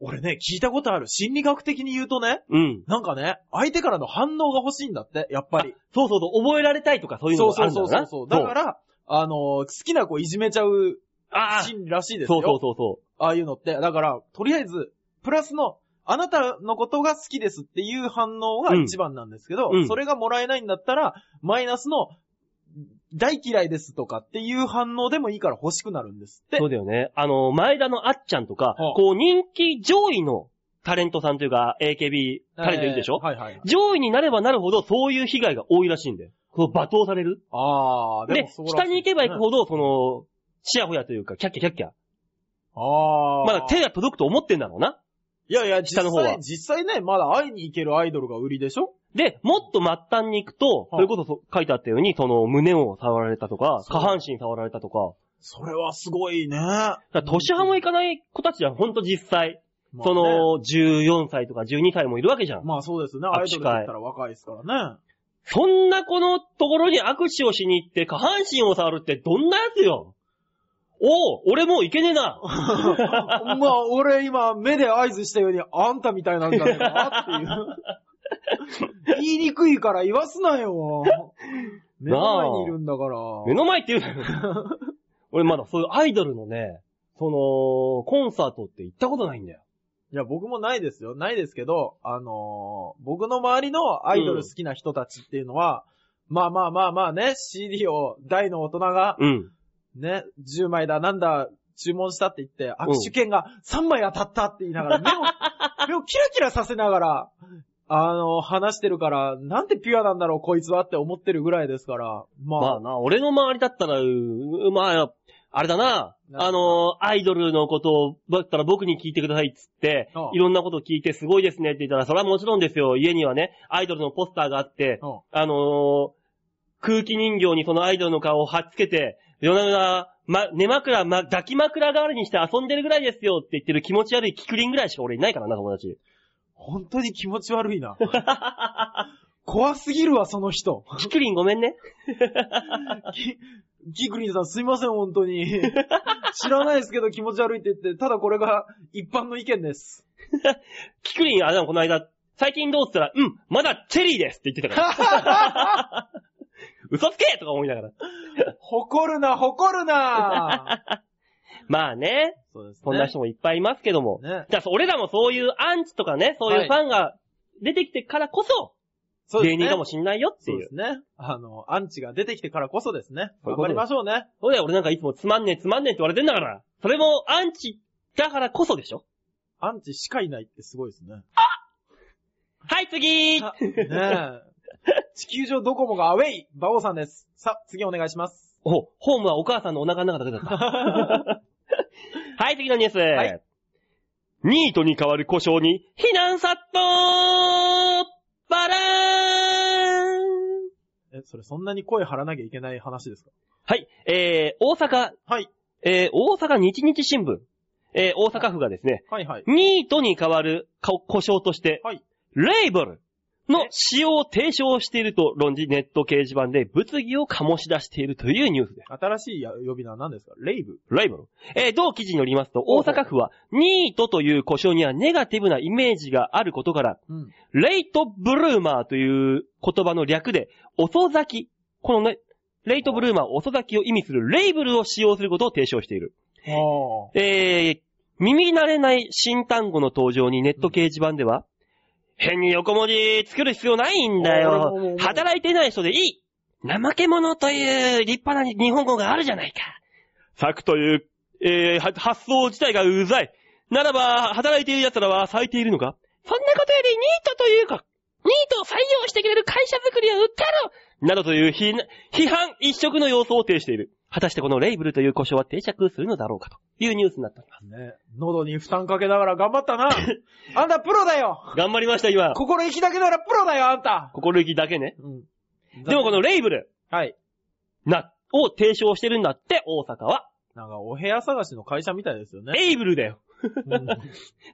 Speaker 2: 俺ね、聞いたことある。心理学的に言うとね、
Speaker 1: うん。
Speaker 2: なんかね、相手からの反応が欲しいんだって、やっぱり。
Speaker 1: そうそうそう、覚えられたいとかそういう
Speaker 2: そ
Speaker 1: の
Speaker 2: う
Speaker 1: があ
Speaker 2: そ
Speaker 1: る
Speaker 2: うん
Speaker 1: だ
Speaker 2: そ
Speaker 1: ろうな。
Speaker 2: うそうそう。だから、あのー好きな子いじめちゃう
Speaker 1: そう、ああ、
Speaker 2: 心理らしいですよ。
Speaker 1: そうそうそうそ
Speaker 2: ああいうのって。だから、とりあえず、プラスの、あなたのことが好きですっていう反応が一番なんですけど、
Speaker 1: うんうん
Speaker 2: それがもらえないんだったら、マイナスの、大嫌いですとかっていう反応でもいいから欲しくなるんですって。
Speaker 1: そうだよね。あの、前田のあっちゃんとか
Speaker 2: はあ、
Speaker 1: こう人気上位のタレントさんというか、AKB タレントいるでしょ、
Speaker 2: えーはいはい。
Speaker 1: 上位になればなるほど、そういう被害が多いらしいんだよ。こう罵倒される。
Speaker 2: あー、で
Speaker 1: で
Speaker 2: も、そこら
Speaker 1: 下に行けば行くほど、その、ちやほやというか、キャッキャキャッキャ。
Speaker 2: あー。
Speaker 1: まだ手が届くと思ってんだろうな。
Speaker 2: いやいや、実
Speaker 1: 下
Speaker 2: 際
Speaker 1: の方は
Speaker 2: 実際ね、まだ会いに行けるアイドルが売りでしょ
Speaker 1: で、もっと末端に行くと、それこそそ書いてあったように、その、胸を触られたとか、
Speaker 2: そ
Speaker 1: 下
Speaker 2: う
Speaker 1: 半身触られたとか、
Speaker 2: それはすごいね。
Speaker 1: だから年派もいかない子たちはほんと実際、
Speaker 2: まあね
Speaker 1: そ、の、14歳とか12歳もいるわけじゃん。
Speaker 2: まあそうですね。アイドルだったら若いですからね。
Speaker 1: そんな子のところに握手をしに行って、下半身を触るってどんなやつよおう、俺もういけねえ な。
Speaker 2: まあ、俺今、目で合図したように、あんたみたいなんだけど な、っていう。言いにくいから言わすなよ。目の前にいるんだから。
Speaker 1: 目の前って言うなよ。俺まだそういうアイドルのね、その、コンサートって行ったことないんだよ。
Speaker 2: いや、僕もないですよ。ないですけど、あのー僕の周りのアイドル好きな人たちっていうのは、まあまあまあまあね、CD を大の大人が、
Speaker 1: うん。
Speaker 2: ね、10枚だなんだ、注文したって言って、握手券が3枚当たったって言いながら、 目を、目をキラキラさせながら、あの、話してるから、なんてピュアなんだろう、こいつはって思ってるぐらいですから、まあ、
Speaker 1: まあな、俺の周りだったら、うーまあ、あれだな、
Speaker 2: なんか
Speaker 1: あの、アイドルのことを、だったら僕に聞いてくださいっつって
Speaker 2: ああ、
Speaker 1: いろんなこと聞いてすごいですねって言ったら、それはもちろんですよ、家にはね、アイドルのポスターがあって、
Speaker 2: うん
Speaker 1: あのー空気人形にそのアイドルの顔を貼っつけて、夜な夜な、ま、寝枕、ま、抱き枕代わりにして遊んでるぐらいですよって言ってる気持ち悪いキクリンぐらいしか俺いないからな、友 達。
Speaker 2: 本当に気持ち悪 いな。怖すぎるわ、その人。
Speaker 1: キクリンごめんね。
Speaker 2: キキクリンさんすいません、本当 に。知らないですけど気持ち悪いって言って、ただこれが一般の意見です。
Speaker 1: キクリン、あ、でもこの間、最近どうっつったら、うん、まだチェリーですって言ってた から。嘘つけとか思いながら。
Speaker 2: 誇るな、誇 るな
Speaker 1: まあね、
Speaker 2: そうですね。
Speaker 1: そんな人もいっぱいいますけども。
Speaker 2: ね。
Speaker 1: じゃあ、俺らもそういうアンチとかね、そういうファンが出てきてからこそ、
Speaker 2: そうです
Speaker 1: 芸
Speaker 2: ね
Speaker 1: 人かもしんないよって
Speaker 2: そう
Speaker 1: い
Speaker 2: で
Speaker 1: う。
Speaker 2: すね。あの、アンチが出てきてからこそですね。
Speaker 1: そういう
Speaker 2: 頑
Speaker 1: こ
Speaker 2: 張
Speaker 1: と
Speaker 2: りましょうね。
Speaker 1: そうだよ、俺なんかいつもつまんねえつまんねえって言われてんだから。それもアンチだからこそでしょ
Speaker 2: アンチしかいないってすごいですね。
Speaker 1: はい、次
Speaker 2: あね え。地球上ドコモがアウェイ馬王さんです。さ、次お願い します。
Speaker 1: お、ホームはお母さんのお腹の中だけだった。はい、次のニュース。
Speaker 2: はい
Speaker 1: ニートに代わる故障に、避難殺到バラーン
Speaker 2: え、それそんなに声張らなきゃいけない話ですか
Speaker 1: はい、えー、大阪、
Speaker 2: はい。
Speaker 1: えー、大阪日日新聞、えー、大阪府がですね、
Speaker 2: はいはい。
Speaker 1: ニートに代わるか故障として、
Speaker 2: はい
Speaker 1: レイブルの
Speaker 2: え
Speaker 1: 使用を提唱していると論じ、ネット掲示板で物議を醸し出しているというニュースです
Speaker 2: 新しいや呼び名は何ですかレイブ
Speaker 1: ライバル。えー同記事によりますと、大阪府は、ニートという故障にはネガティブなイメージがあることから、
Speaker 2: うん。
Speaker 1: レイトブルーマーという言葉の略で、遅咲き。このね、レイトブルーマー、遅咲きを意味するレイブルを使用することを提唱している。
Speaker 2: ああ。
Speaker 1: えー、耳慣れない新単語の登場にネット掲示板では、変に横文字作る必要ないんだ
Speaker 2: おーおーおーお
Speaker 1: よ
Speaker 2: ー。
Speaker 1: 働いてない人でいい。怠け者という立派な日本語があるじゃないか。作という、えーは発想自体がうざい。ならば、働いている奴らは咲いているのかそんなことよりニートというか、ニートを採用してくれる会社作りを訴えろなどという批批判一色の様相を呈している。果たしてこのレイブルという故障は定着するのだろうかというニュースになった。
Speaker 2: ね、喉に負担かけながら頑張ったな。 あんたプロだよ
Speaker 1: 頑張りました、今。
Speaker 2: 心意気だけならプロだよ、あんた
Speaker 1: 心意気だけね。
Speaker 2: うん。
Speaker 1: でもこの、レイブル
Speaker 2: はい。
Speaker 1: な、を提唱してるんだって、大阪は。
Speaker 2: なんかお部屋探しの会社みたいですよね。
Speaker 1: レイブルだよ。
Speaker 2: うん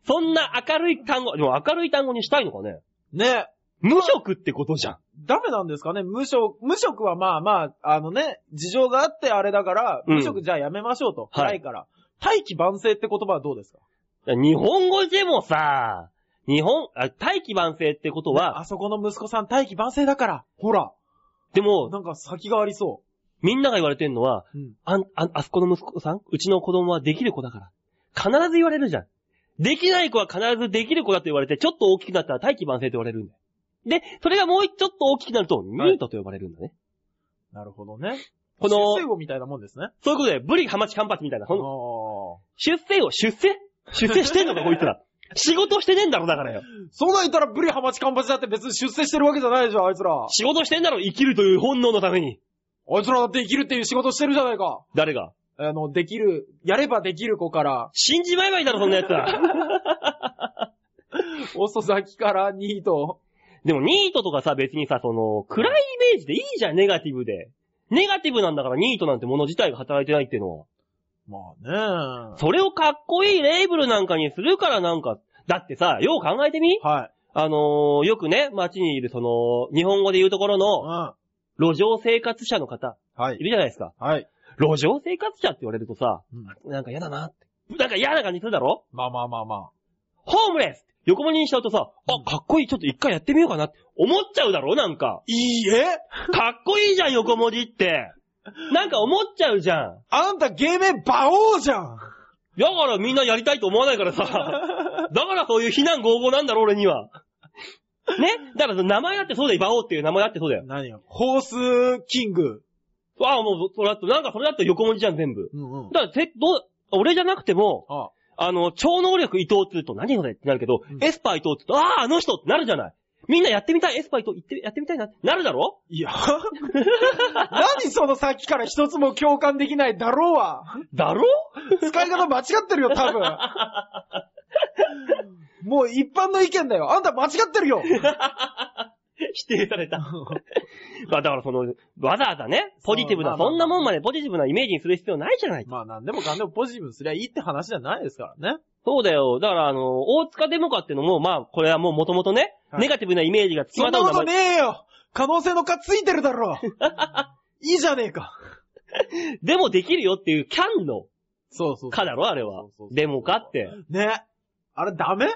Speaker 1: そんな明るい単語、でも明るい単語にしたいのかね
Speaker 2: ね、
Speaker 1: 無職ってことじゃん。
Speaker 2: ダメなんですかね無職、無職はまあまあ、あのね、事情があってあれだから、
Speaker 1: うん
Speaker 2: 無職じゃあやめましょうと。
Speaker 1: はい
Speaker 2: ないから。大器晩成って言葉はどうですか
Speaker 1: 日本語でもさ、日本、あ大器晩成ってことは、
Speaker 2: あそこの息子さん大器晩成だから。ほら、
Speaker 1: でも、
Speaker 2: なんか先がありそ
Speaker 1: みんなが言われてんのは、
Speaker 2: う。うん。
Speaker 1: あん、あん、あそこの息子さんうちの子供はできる子だから。必ず言われるじゃん。できない子は必ずできる子だと言われて、ちょっと大きくなったら大器晩成と言われるんだよ。で、それがもうちょっと大きくなると、ニートと呼ばれるんだね。
Speaker 2: なるほどね。
Speaker 1: この
Speaker 2: 出世語みたいなもんですね。
Speaker 1: そういうことで、ブリハマチカンパチみたいな、
Speaker 2: あ
Speaker 1: その
Speaker 2: ー
Speaker 1: 出世を出世出世してんのか、こいつら。仕事してねえんだろ、だからよ。
Speaker 2: そうなん言ったらブリハマチカンパチだって別に出世してるわけじゃないでしょ、あいつら。
Speaker 1: 仕事してんだろ、生きるという本能のために。
Speaker 2: あいつらだって生きるっていう仕事してるじゃないか。
Speaker 1: 誰が
Speaker 2: あの、できる、やればできる子から、
Speaker 1: 死んじまえばいいだろ、そんな奴は。
Speaker 2: 遅咲きからニート。
Speaker 1: でも、ニートとかさ、別にさ、その、暗いイメージでいいじゃん、ネガティブで。ネガティブなんだから、ニートなんてもの自体が働いてないっていうのは。
Speaker 2: まあね
Speaker 1: それをかっこいいレーブルなんかにするからなんか、だってさ、よう考えてみ
Speaker 2: はい。
Speaker 1: あのー、よくね、街にいるその、日本語で言うところ
Speaker 2: うん。
Speaker 1: の、
Speaker 2: は
Speaker 1: 路上生活者の方、い
Speaker 2: い。
Speaker 1: るじゃないですか。
Speaker 2: はい。
Speaker 1: 路上生活者って言われるとさ、
Speaker 2: うん
Speaker 1: なんか嫌だなって。なんか嫌な感じするだろ
Speaker 2: まあまあまあま
Speaker 1: ホームレス横文字にしちゃうとさ、あ、かっこいい、ちょっと一回やってみようかなって思っちゃうだろなんか。
Speaker 2: いいえ
Speaker 1: かっこいいじゃん、横文字って。なんか思っちゃうじゃん。
Speaker 2: あんた芸名馬王じゃん
Speaker 1: だからみんなやりたいと思わないから さ。だからそういう非難合合なんだろ、俺には。ねだからその名前だってそうだよ、馬王っていう名前だってそうだよ。
Speaker 2: 何よホースキング。
Speaker 1: ああ、もう、それだって、なんかそれだって横文字じゃん、全部。
Speaker 2: うんうん。
Speaker 1: だから、せ、どう、俺じゃなくても、
Speaker 2: ああ
Speaker 1: あの、超能力伊藤って言うと何それってなるけど、
Speaker 2: うん
Speaker 1: エスパー伊藤って言うと、ああ、あの人ってなるじゃない。みんなやってみたい、エスパー伊藤行って、やってみたいな、なるだろ
Speaker 2: いや。 何そのさっきから一つも共感できないだろうわ。
Speaker 1: だろ
Speaker 2: 使い方間違ってるよ、多 分。もう一般の意見だよ。あんた間違ってるよ。
Speaker 1: 否定され た。まあだからその、わざわざね、ポジティブ
Speaker 2: そ
Speaker 1: な、
Speaker 2: うまあまあ
Speaker 1: そんなもんまでポジティブなイメージにする必要ないじゃない。
Speaker 2: まあなんでもかんでもポジティブにすりゃいいって話じゃないですからね。
Speaker 1: そうだよ。だからあの、大塚デモカってのも、まあ、これはもう元々ね、
Speaker 2: はい
Speaker 1: ネガティブなイメージがつき
Speaker 2: そ
Speaker 1: ま
Speaker 2: ん
Speaker 1: と
Speaker 2: な
Speaker 1: う
Speaker 2: こと
Speaker 1: 名
Speaker 2: ね
Speaker 1: 前。
Speaker 2: えよ可能性のかついてるだ ろいいじゃねえか
Speaker 1: でもできるよっていうキャンの、
Speaker 2: そうそう
Speaker 1: かだろ、あれは
Speaker 2: そうそうそ。う
Speaker 1: デモカって。
Speaker 2: ね。あれダメ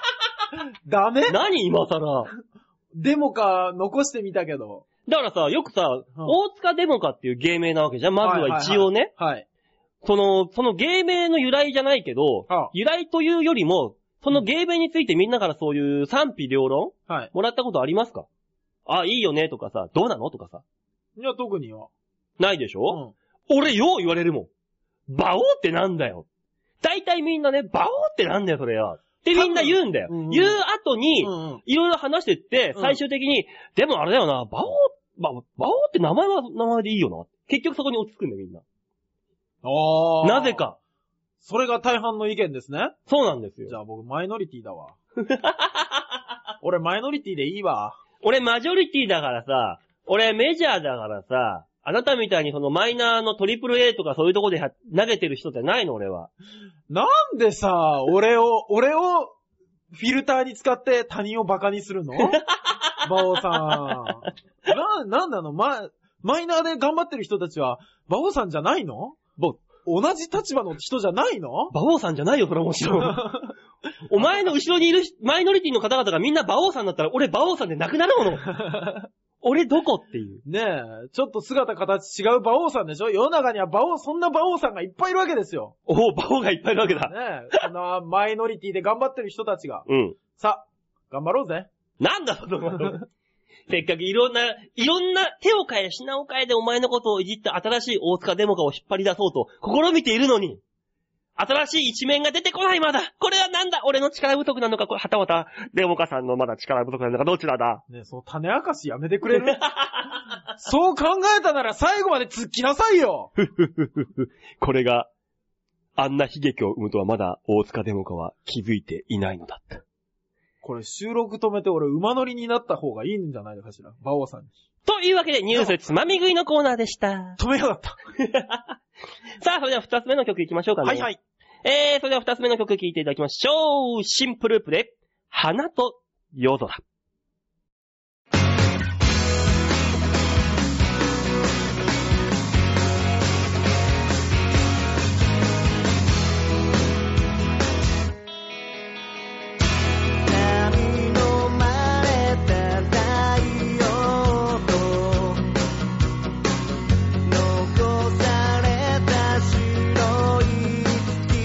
Speaker 2: ダメ
Speaker 1: 何今更。
Speaker 2: デモか残してみたけど。
Speaker 1: だからさ、よくさ、
Speaker 2: うん
Speaker 1: 大塚デモカっていう芸名なわけじゃん。まずは一応ね。
Speaker 2: はい。
Speaker 1: その、その芸名の由来じゃないけど
Speaker 2: ああ、
Speaker 1: 由来というよりも、その芸名についてみんなからそういう賛否両論
Speaker 2: はい。
Speaker 1: もらったことありますかあ、いいよねとかさ、どうなのとかさ。
Speaker 2: いや、特によ。
Speaker 1: ないでし
Speaker 2: う
Speaker 1: ょ、
Speaker 2: ん。
Speaker 1: 俺よう言われるもん。馬王ってなんだよ。大体みんなね、馬王ってなんだよ、それよ。ってみんな言うんだよ。
Speaker 2: 多分うん
Speaker 1: 言う後に、
Speaker 2: うんうん。
Speaker 1: いろいろ話してって、
Speaker 2: うん
Speaker 1: 最終的に、でもあれだよな、馬王、ま馬王って名前は名前でいいよな。結局そこに落ち着くんだよ、みんな。
Speaker 2: あー
Speaker 1: なぜ。か。
Speaker 2: それが大半の意見ですね。
Speaker 1: そうなんです
Speaker 2: じ
Speaker 1: よ。
Speaker 2: ゃあ僕マイノリティだわ。俺マイノリティでいいわ。
Speaker 1: 俺マジョリティだからさ、俺メジャーだからさ、あなたみたいにそのマイナーのトリプル A とかそういうとこでや投げてる人じゃないの、俺は。
Speaker 2: なんでさ、俺を、俺をフィルターに使って他人をバカにするのバオさん。な、なんなのま、マイナーで頑張ってる人たちは、バオさんじゃないの
Speaker 1: ぼ、
Speaker 2: 同じ立場の人じゃないの
Speaker 1: 馬王さんじゃないよ、それはもちろ ん。お前の後ろにいるマイノリティの方々がみんな馬王さんだったら、俺馬王さんでなくなる もの。俺どこっていう。
Speaker 2: ねえ、ちょっと姿形違う馬王さんでしょ世の中には馬王、そんな馬王さんがいっぱいいるわけですよ。
Speaker 1: おお、馬王がいっぱいいるわけ
Speaker 2: ね
Speaker 1: だ。
Speaker 2: え、そんなマイノリティで頑張ってる人たちが。
Speaker 1: うん。
Speaker 2: さ、頑張ろうぜ。
Speaker 1: なんだその馬 王せっかくいろんな、いろんな手を変え、品を変えでお前のことをいじった新しい大塚デモカを引っ張り出そうと試みているのに、新しい一面が出てこないまだ。これはなんだ俺の力不足なのか、これはたまたデモカさんのまだ力不足なのか、どちらだ
Speaker 2: ねえ、その種明かしやめてくれるそう考えたなら最後まで突っきなさいよ
Speaker 1: これが、あんな悲劇を生むとはまだ大塚デモカは気づいていないのだった。
Speaker 2: これ収録止めて俺馬乗りになった方がいいんじゃないのかしら馬王さんに。
Speaker 1: というわけでニュースつまみ食いのコーナーでした。
Speaker 2: 止めようだった。
Speaker 1: さあ、それでは二つ目の曲いきましょうかね。。
Speaker 2: はいはいい。
Speaker 1: えー、それでは二つ目の曲聴いていただきましょう。シンプループで、花と夜空。
Speaker 3: 波のまれた太陽と残された白い月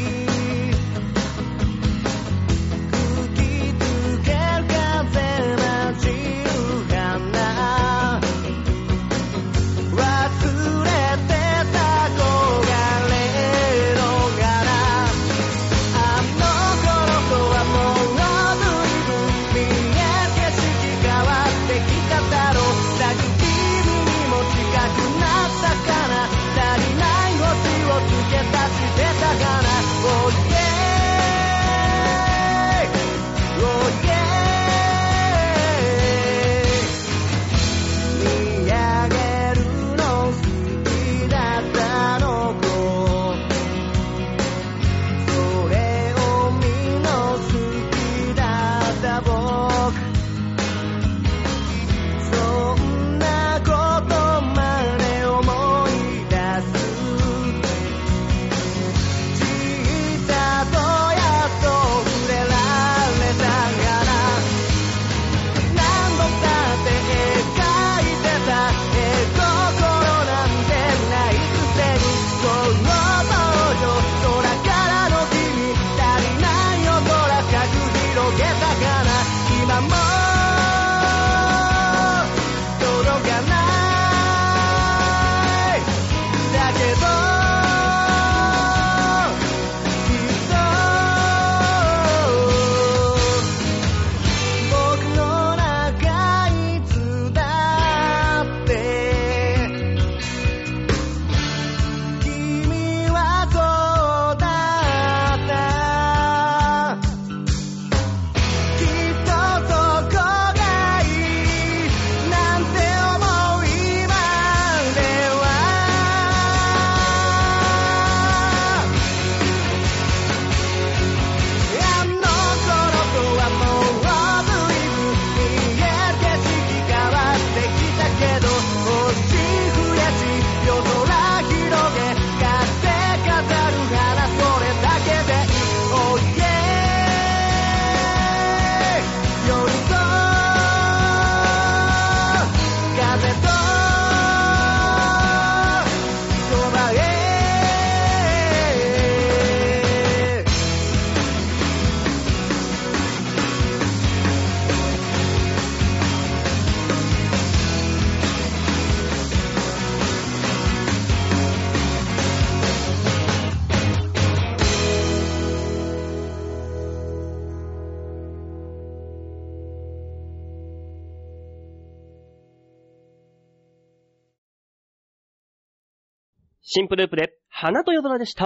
Speaker 1: シンプループで、花と夜空でした。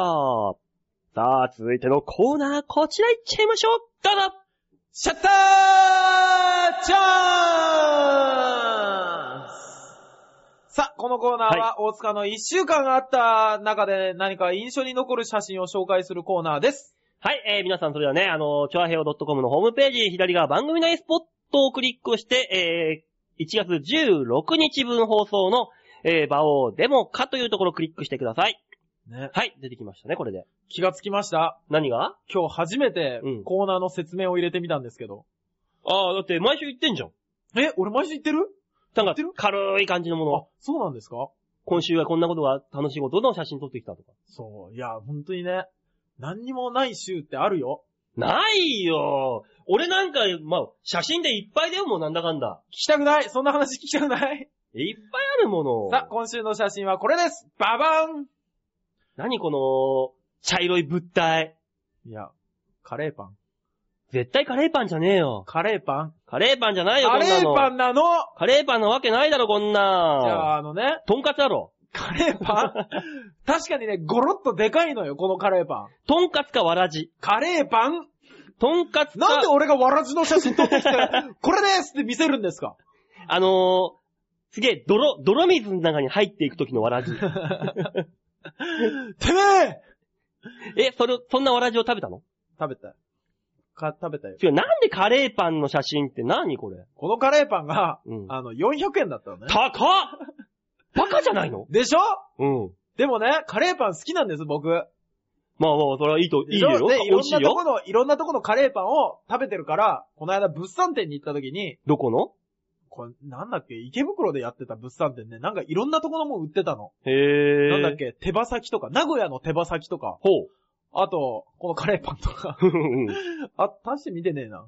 Speaker 1: さあ、続いてのコーナー、こちら行っちゃいましょうどうぞ
Speaker 2: シャッターチャンスさあ、このコーナーは大塚の一週間あった中で何か印象に残る写真を紹介するコーナーです。
Speaker 1: はい、えー、皆さんそれではね、あの、チョアヘオ .com のホームページ、左側番組内スポットをクリックをして、えー、1月16日分放送の、えー、馬王デモかというところをクリックしてください。
Speaker 2: ね、
Speaker 1: はい、出てきましたね、これで。
Speaker 2: 気がつきました。
Speaker 1: 何が
Speaker 2: 今日初めて
Speaker 1: うん
Speaker 2: コーナーの説明を入れてみたんですけど。
Speaker 1: ああ、だって毎週言ってんじゃん。
Speaker 2: え、俺毎週言ってる
Speaker 1: なん
Speaker 2: って
Speaker 1: か
Speaker 2: る、
Speaker 1: 軽い感じのも
Speaker 2: あ
Speaker 1: の。、
Speaker 2: そうなんですか
Speaker 1: 今週はこんなことが楽しいことの写真撮ってきたとか。
Speaker 2: そう。いや、本当にね。何にもない週ってあるよ。
Speaker 1: ないよ俺なんか、まあ、写真でいっぱいだよ、もうなんだかんだ。
Speaker 2: 聞きたくないそんな話聞きたくない
Speaker 1: いっぱいあるもの。
Speaker 2: さあ、今週の写真はこれですババン
Speaker 1: 何この、茶色い物体。
Speaker 2: いや、カレーパン。
Speaker 1: 絶対カレーパンじゃねえよ。
Speaker 2: カレーパン
Speaker 1: カレーパンじゃないよ、
Speaker 2: カ
Speaker 1: こん
Speaker 2: レ
Speaker 1: な
Speaker 2: ー
Speaker 1: の。
Speaker 2: パンなの
Speaker 1: カレーパンなわけないだろ、こん
Speaker 2: じゃ
Speaker 1: な
Speaker 2: あ、あのね、
Speaker 1: ん。とんかつだろ。
Speaker 2: カレー パン確かにね、ゴロッとでかいのよ、このカレーパン。
Speaker 1: とんかつかわらじ。
Speaker 2: カレーパン
Speaker 1: とんかつか、
Speaker 2: なんで俺がわらじの写真撮って きて、これですって見せるんですか
Speaker 1: あのー、すげえ、泥、泥水の中に入っていくときのわら じ。
Speaker 2: てめえ
Speaker 1: え、それ、そんなわらじを食べたの
Speaker 2: 食べた。か、食べたよ。
Speaker 1: 違う、なんでカレーパンの写真って何これ
Speaker 2: このカレーパンが、
Speaker 1: うん
Speaker 2: あの、400円だったのね。
Speaker 1: 高っバカじゃないの
Speaker 2: でしょ
Speaker 1: うん。
Speaker 2: でもね、カレーパン好きなんです、僕。
Speaker 1: まあまあ、それはいいと、いい
Speaker 2: でしょ
Speaker 1: よ。
Speaker 2: で、い
Speaker 1: 美
Speaker 2: ろ
Speaker 1: 味
Speaker 2: ん
Speaker 1: し
Speaker 2: ないとこ
Speaker 1: よ。
Speaker 2: の、いろんなとこのカレーパンを食べてるから、この間物産展に行った時に、
Speaker 1: どこの
Speaker 2: これ、なんだっけ、池袋でやってた物産展ね、なんかいろんなところも売ってたの。
Speaker 1: へえ。
Speaker 2: なんだっけ、手羽先とか、名古屋の手羽先とか、
Speaker 1: ほ
Speaker 2: あと、このカレーパンとか。
Speaker 1: ううん。
Speaker 2: あ、大して見てねえな。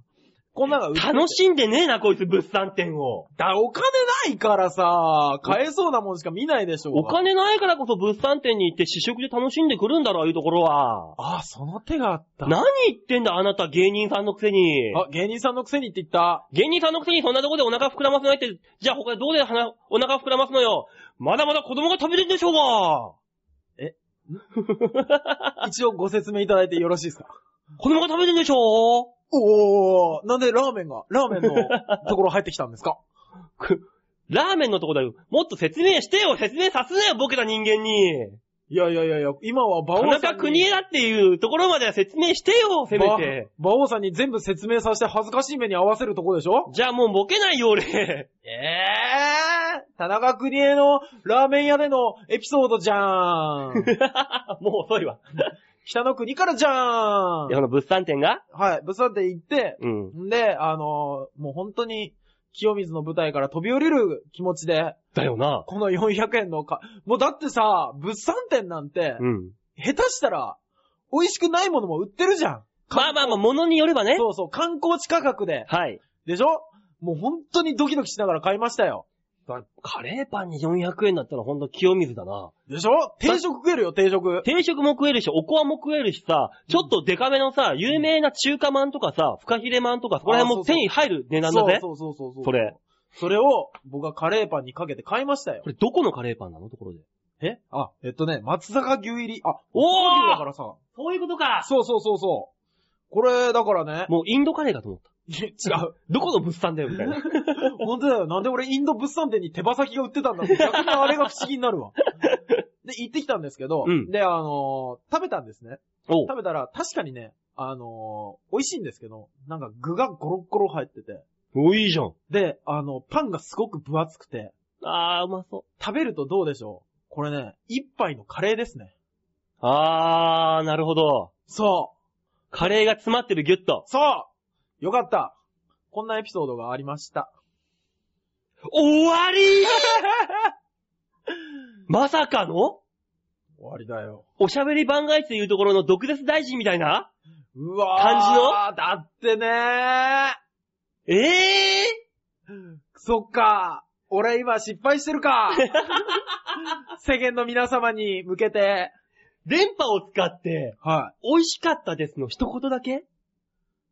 Speaker 2: こんなのが売ってて
Speaker 1: 楽しんでねえな、こいつ、物産展を。
Speaker 2: だ、お金ないからさ、買えそうなもんしか見ないでしょう
Speaker 1: お
Speaker 2: が。
Speaker 1: 金ないからこそ物産展に行って試食で楽しんでくるんだろ、ああいうところは。
Speaker 2: あ、その手があった。
Speaker 1: 何言ってんだ、あなた、芸人さんのくせに。
Speaker 2: あ、芸人さんのくせにって言った。
Speaker 1: 芸人さんのくせにそんなとこでお腹膨らませないって、じゃあ他でどうで鼻お腹膨らますのよ。まだまだ子供が食べてんでしょうが。
Speaker 2: 一応ご説明いただいてよろしい ですか
Speaker 1: 子供が食べてんでしょう
Speaker 2: おー、なんでラーメンが、ラーメンのところ入ってきたんですか
Speaker 1: くラーメンのとこだよ。もっと説明してよ説明させなよボケた人間に
Speaker 2: いやいやいやいや、今は馬
Speaker 1: 田
Speaker 2: 王さ
Speaker 1: 中
Speaker 2: ん
Speaker 1: 邦
Speaker 2: に、
Speaker 1: 枝だっていうところまでは説明してよせめて。
Speaker 2: 馬馬王さんに全部説明させて恥ずかしい目に合わせるとこでしょ
Speaker 1: じゃあもうボケないよ、俺。
Speaker 2: ええー、田中邦衛のラーメン屋でのエピソードじゃー ん。
Speaker 1: もう遅いわ。
Speaker 2: 北の国からじゃーん。
Speaker 1: いや、この物産展が
Speaker 2: はい、物産展行って、
Speaker 1: うん。
Speaker 2: んで、あのーもう本当に、清水の舞台から飛び降りる気持ちで、
Speaker 1: だよな。
Speaker 2: この400円のか、もうだってさ、物産展なんて、
Speaker 1: うん。
Speaker 2: 下手したら、美味しくないものも売ってるじゃん。
Speaker 1: まあまあまあ、ものによればね。
Speaker 2: そうそう、観光地価格で。
Speaker 1: はい。
Speaker 2: でしょもう本当にドキドキしながら買いましたよ。
Speaker 1: カレーパンに400円だったらほんと清水だな。
Speaker 2: でしょ定食食えるよ、定食。
Speaker 1: 定食も食えるし、おこわも食えるしさ、ちょっとデカめのさ、有名な中華まんとかさ、フカヒレまんとか、そこら辺も手に入る値段だぜ。
Speaker 2: そうそうそうそう。
Speaker 1: それ。
Speaker 2: それを、僕はカレーパンにかけて買いましたよ
Speaker 1: こ。れどこのカレーパンなのところで。
Speaker 2: えあ、えっとね、松坂牛入り。あ、
Speaker 1: おー
Speaker 2: 牛だからさ。
Speaker 1: そういうことか
Speaker 2: そうそうそうそう。これ、だからね。
Speaker 1: もうインドカレーかと思った。
Speaker 2: いや違う。
Speaker 1: どこの物産だよ、みたいな。
Speaker 2: 本当だよ。なんで俺インド物産店に手羽先が売ってたんだって。逆にあれが不思議にな るわ。で、行ってきたんですけど、
Speaker 1: うん
Speaker 2: で、あのー食べたんですね。
Speaker 1: おう
Speaker 2: 食べたら、確かにね、あのー美味しいんですけど、なんか具がゴロッゴロ入ってて、
Speaker 1: お、いいじゃん。
Speaker 2: で、あの、パンがすごく分厚くて、
Speaker 1: あー、うまそ
Speaker 2: 食べるとどうでしょうこれね、一杯のカレーですね。
Speaker 1: う。あー、なるほど。
Speaker 2: そう
Speaker 1: カレーが詰まってるギュッと。
Speaker 2: そうよかった。こんなエピソードがありました。
Speaker 1: 終わり まさかの
Speaker 2: 終わりだよ。
Speaker 1: おしゃべり番外地でいうところの毒舌大臣みたいな
Speaker 2: うわ
Speaker 1: 感じの
Speaker 2: ーだってねー。
Speaker 1: ええ
Speaker 2: そっか。俺今失敗して るか。世間の皆様に向けて。
Speaker 1: ー、電波を使って、
Speaker 2: は
Speaker 1: 美味しかったですの一言だけ
Speaker 2: い。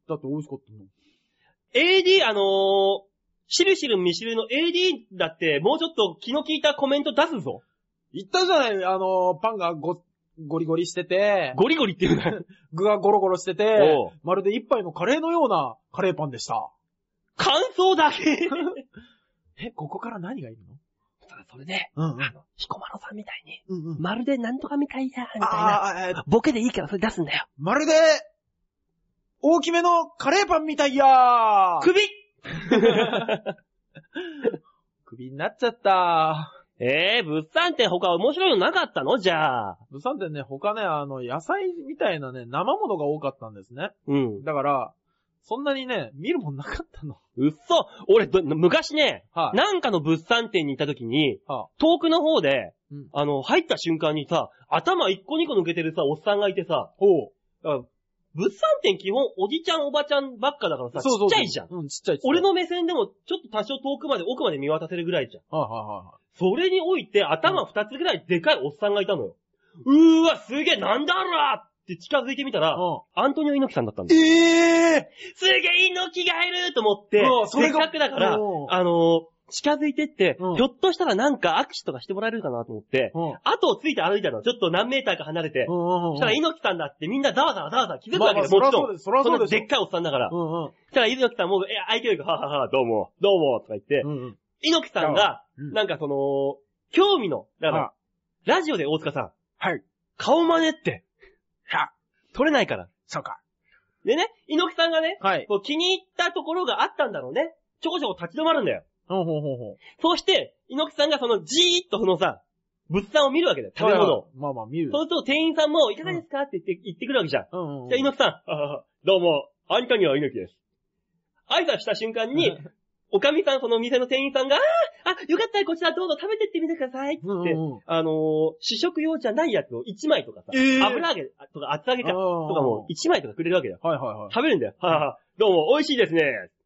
Speaker 2: だって美味しかったもん。
Speaker 1: ?AD、あのー、しるしるみしるの AD だって、もうちょっと気の利いたコメント出すぞ。
Speaker 2: 言ったじゃない、あの、パンがご、ゴリゴリしてて、
Speaker 1: ゴリゴリっていうな。
Speaker 2: 具がゴロゴロしてて、
Speaker 1: おう
Speaker 2: まるで一杯のカレーのようなカレーパンでした。
Speaker 1: 感想だけ
Speaker 2: え、ここから何がいる
Speaker 1: それで、
Speaker 2: のうん
Speaker 1: あの、彦摩呂さんみたいに、
Speaker 2: うんうん。
Speaker 1: まるでなんとかみたいや、みたいな。
Speaker 2: あーえー
Speaker 1: ボケでいいからそれ出すんだよ。
Speaker 2: まるで、大きめのカレーパンみたいやー
Speaker 1: 首
Speaker 2: 首になっちゃった。
Speaker 1: ええー、物産展他面白いのなかったのじゃあ。
Speaker 2: 物産展ね、他ね、あの、野菜みたいなね、生物が多かったんですね。
Speaker 1: うん。
Speaker 2: だから、そんなにね、見るもんなかったの。
Speaker 1: うっそ俺ど、昔ね、
Speaker 2: はい。
Speaker 1: なんかの物産展に行った時に、
Speaker 2: は
Speaker 1: 遠くの方で、
Speaker 2: うん
Speaker 1: あの、入った瞬間にさ、頭一個二個抜けてるさ、おっさんがいてさ、
Speaker 2: ほ
Speaker 1: あ物産展基本おじちゃんおばちゃんばっかだからさ、
Speaker 2: そうそうそう
Speaker 1: ちっちゃいじゃん。
Speaker 2: うん、ちっちゃいちっちゃい。
Speaker 1: 俺の目線でもちょっと多少遠くまで奥まで見渡せるぐらいじゃん。
Speaker 2: はいはいはいはい。
Speaker 1: それにおいて頭二つぐらいでかいおっさんがいたのよ。うーわ、すげえ、なんだろらって近づいてみたら、アントニオ猪木さんだったんだよ。
Speaker 2: ええ
Speaker 1: すげえ、猪木がいると思って
Speaker 2: うわ、そ
Speaker 1: せ
Speaker 2: れ
Speaker 1: っ
Speaker 2: が
Speaker 1: かくだから
Speaker 2: う、ん
Speaker 1: あのー近づいてって、
Speaker 2: うん
Speaker 1: ひょっとしたらなんか握手とかしてもらえるかなと思って、
Speaker 2: うん。
Speaker 1: 後をついて歩いたの、ちょっと何メーターか離れて、
Speaker 2: うん。
Speaker 1: そしたら猪木さんだってみんなざわざわざわざわ気づくわけ
Speaker 2: ま
Speaker 1: で
Speaker 2: あまあ
Speaker 1: す、もちろん。
Speaker 2: そらそうですそらそうでしょ
Speaker 1: んなでっかいおっさんだから。
Speaker 2: う
Speaker 1: そ
Speaker 2: んうん。
Speaker 1: したら猪木さんも、え、相手よりか、はははは、どうも、どうも、とか言って、
Speaker 2: うんうん。
Speaker 1: 猪木さんが、
Speaker 2: うん
Speaker 1: なんかその、興味の、だから、ラジオで大塚さん、
Speaker 2: はい。
Speaker 1: 顔真似って、
Speaker 2: は、
Speaker 1: 取れないから。
Speaker 2: そうか。
Speaker 1: でね、猪木さんがね、
Speaker 2: はい。
Speaker 1: こう気に入ったところがあったんだろうね。ちょこちょこ立ち止まるんだよ。
Speaker 2: ほうほうほうほう。
Speaker 1: そうして、猪木さんがそのじーっとそのさ、物産を見るわけだよ、食べ物を。
Speaker 2: まあまあ見る。
Speaker 1: そうすると店員さんも、いかがですかって言って、言ってくるわけじゃん。
Speaker 2: うんうんうん。
Speaker 1: じゃあ猪木さん、あははどうも、アントニオ猪木です。挨拶した瞬間 に、おかみさん、その店の店員さんが、あーあ、よかったらこちらどうぞ食べてってみてくださいって、
Speaker 2: うんうんうん
Speaker 1: あのー試食用じゃないやつを1枚とかさ、
Speaker 2: えー
Speaker 1: 油揚げとか厚揚げか、とか
Speaker 2: うんうんうん
Speaker 1: も1枚とかくれるわけだよ。
Speaker 2: はいはいはい。
Speaker 1: 食べるんだよ。はあはあどうも、美味しいですね。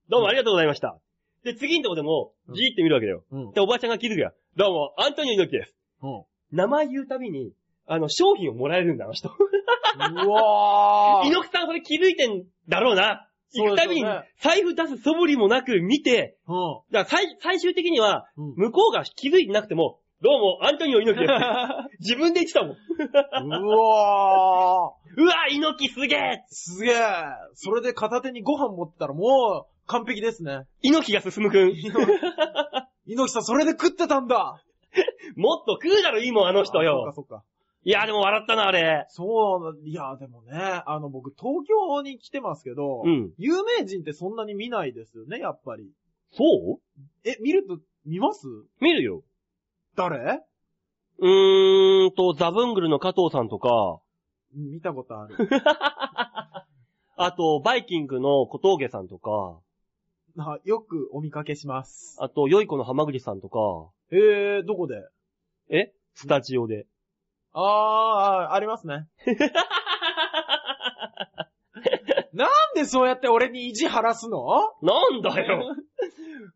Speaker 1: どうもありがとうございました。で、次のとこでも、じーって見るわけだよ。
Speaker 2: うん。
Speaker 1: で、おばあちゃんが気づくよ。どうも、アントニオ猪木です。
Speaker 2: う
Speaker 1: 名前言うたびに、あの、商品をもらえるんだ、あの人。
Speaker 2: ん。うわー。
Speaker 1: 猪木さんそれ気づいてんだろうな。行くたびに
Speaker 2: そうですよね、
Speaker 1: 財布出す素振りもなく見て、
Speaker 2: う
Speaker 1: だから最、最終的には、
Speaker 2: ん。うん。
Speaker 1: 向こうが気づいてなくても、どうも、アントニオ猪木 です。自分で言ってたもん。
Speaker 2: うわー。
Speaker 1: うわ、猪木すげえ
Speaker 2: すげえ。それで片手にご飯持ってたらもう完璧で すね。
Speaker 1: 猪木が進むくん。
Speaker 2: 猪木さんそれで食ってたんだ。
Speaker 1: もっと食うだろ、いいもん、あの人
Speaker 2: あ
Speaker 1: よ。
Speaker 2: そっかそっか。
Speaker 1: いや、でも笑ったな、あれ。
Speaker 2: そうなんだ。いや、でもね、あの僕東京に来てますけど、
Speaker 1: うん。
Speaker 2: 有名人ってそんなに見ないですよね、やっぱり。
Speaker 1: そう
Speaker 2: え、見ると、見ます
Speaker 1: 見るよ。
Speaker 2: 誰
Speaker 1: うーんと、ザブングルの加藤さんとか、
Speaker 2: うん見たことある。
Speaker 1: あと、バイキングの小峠さんとか、
Speaker 2: あよくお見かけします。
Speaker 1: あと、良い子の浜口さんとか、
Speaker 2: えー、どこで
Speaker 1: えスタジオで。
Speaker 2: あーあー、ありますね。 なんでそうやって俺に意地晴らすの
Speaker 1: なんだよ。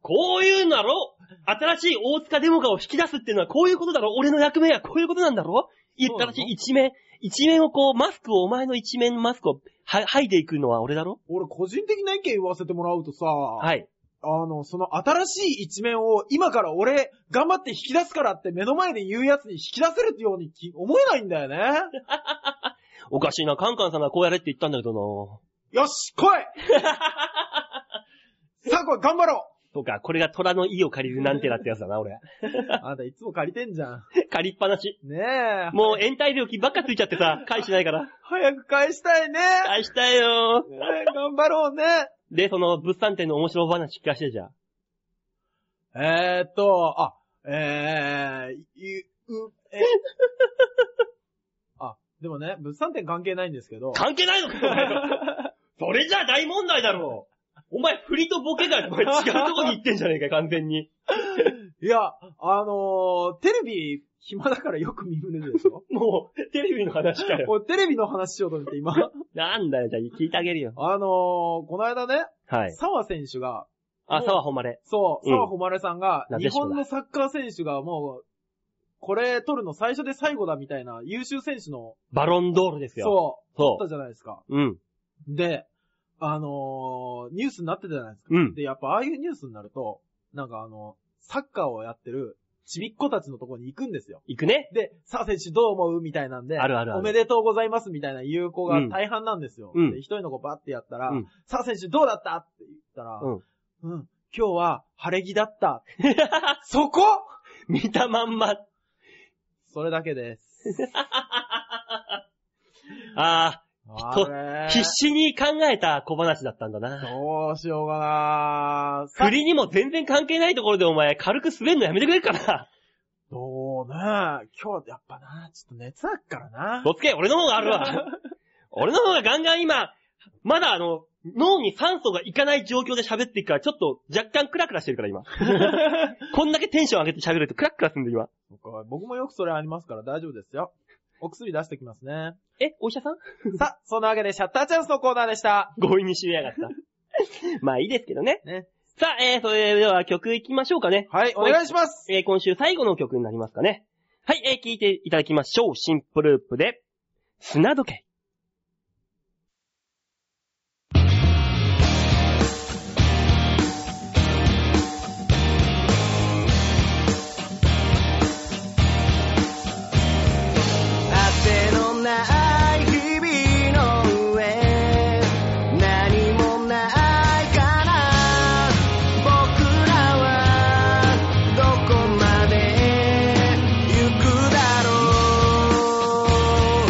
Speaker 1: こういうのだろ新しい大塚デモカを引き出すっていうのはこういうことだろ俺の役目はこういうことなんだろ言ったらしい一面、一面をこう、マスクを、お前の一面マスクをは剥いでいくのは俺だろ
Speaker 2: 俺個人的な意見言わせてもらうとさ、
Speaker 1: はい。
Speaker 2: あの、その新しい一面を今から俺頑張って引き出すからって目の前で言うやつに引き出せるようにき思えないんだよ ね。
Speaker 1: おかしいな、カンカンさんがこうやれって言ったんだけどな。
Speaker 2: よし、 来いさあ来い、頑張ろ
Speaker 1: そうか、これが虎の意を借りるなんてだってやつだな、俺。
Speaker 2: うあんたいつも借りてんじゃん。
Speaker 1: 借りっぱなし。
Speaker 2: ねえ。
Speaker 1: もう延滞料金ばっかついちゃってさ、返しないから。
Speaker 2: 早く返したいね。
Speaker 1: 返したいよ
Speaker 2: ねえ頑張ろうね。
Speaker 1: で、その物産展の面白話聞かせてじゃあ。
Speaker 2: えーっと、あ、えー、ゆ、う、 え、あ、でもね、物産展関係ないんですけど、
Speaker 1: 関係ないのかお前それじゃ大問題だろお前、振りとボケが、お前違うとこに行ってんじゃねえか、完全に。
Speaker 2: いや、あのー、テレビ暇だからよく見るでしょ
Speaker 1: もう、テレビの話かよ。
Speaker 2: 俺テレビの話しようと思って今、
Speaker 1: なんだよ、じゃあ聞いてあげるよ。
Speaker 2: あのー、この間ね、
Speaker 1: はい。
Speaker 2: 沢選手が、
Speaker 1: あ、沢誉れ。
Speaker 2: そう、
Speaker 1: うん
Speaker 2: 沢誉さんが、
Speaker 1: なで
Speaker 2: 日
Speaker 1: しこだ
Speaker 2: 本のサッカー選手がもう、これ取るの最初で最後だみたいな優秀選手の、
Speaker 1: バロンドールですよ。
Speaker 2: そう、
Speaker 1: そ
Speaker 2: 取
Speaker 1: う
Speaker 2: ったじゃないですか。
Speaker 1: う。うん。
Speaker 2: で、あのー、ニュースになってたじゃないですか。
Speaker 1: うん。
Speaker 2: で、やっぱああいうニュースになると、なんかあの、サッカーをやってるちびっ子たちのとこに行くんですよ。
Speaker 1: 行くね。
Speaker 2: で、さあ選手どう思うみたいなんで、
Speaker 1: あるあるある
Speaker 2: おめでとうございますみたいな有効
Speaker 1: う
Speaker 2: が
Speaker 1: ん
Speaker 2: 大半なんですよ。
Speaker 1: うん
Speaker 2: で、一人の子バってやったら、
Speaker 1: うん
Speaker 2: さあ選手どうだったって言ったら、
Speaker 1: うん
Speaker 2: うん、今日は晴れ着だ った。そこ
Speaker 1: 見たまんま。
Speaker 2: それだけです。
Speaker 1: あと
Speaker 2: あ
Speaker 1: あ、
Speaker 2: れ
Speaker 1: 必死に考えた小話だったんだな。
Speaker 2: どうしようかなさ
Speaker 1: 振りにも全然関係ないところでお前、軽く滑るのやめてくれるかな。
Speaker 2: どうな今日やっぱなちょっと熱あっからな
Speaker 1: どつけ、俺の方があるわ。俺の方がガンガン今、まだあの、脳に酸素がいかない状況で喋っていくから、ちょっと若干クラクラしてるから 今。こんだけテンション上げて喋るとクラクラすんで今。
Speaker 2: 僕は僕もよくそれありますから大丈夫ですよ。お薬出してきますね。
Speaker 1: え、お医者さん
Speaker 2: さあ、そんなわけでシャッターチャンスのコーナーでした。
Speaker 1: 強引に締めやがった。 まあいいですけどね。
Speaker 2: ね。
Speaker 1: さあ、えー、それでは曲いきましょうかね。
Speaker 2: はい、お願いします。
Speaker 1: えー、今週最後の曲になりますかね。はい、えー、聴いていただきましょう。シンプループで、砂時計。
Speaker 3: 汗のない日々の上何もないから僕らはどこまで行くだろう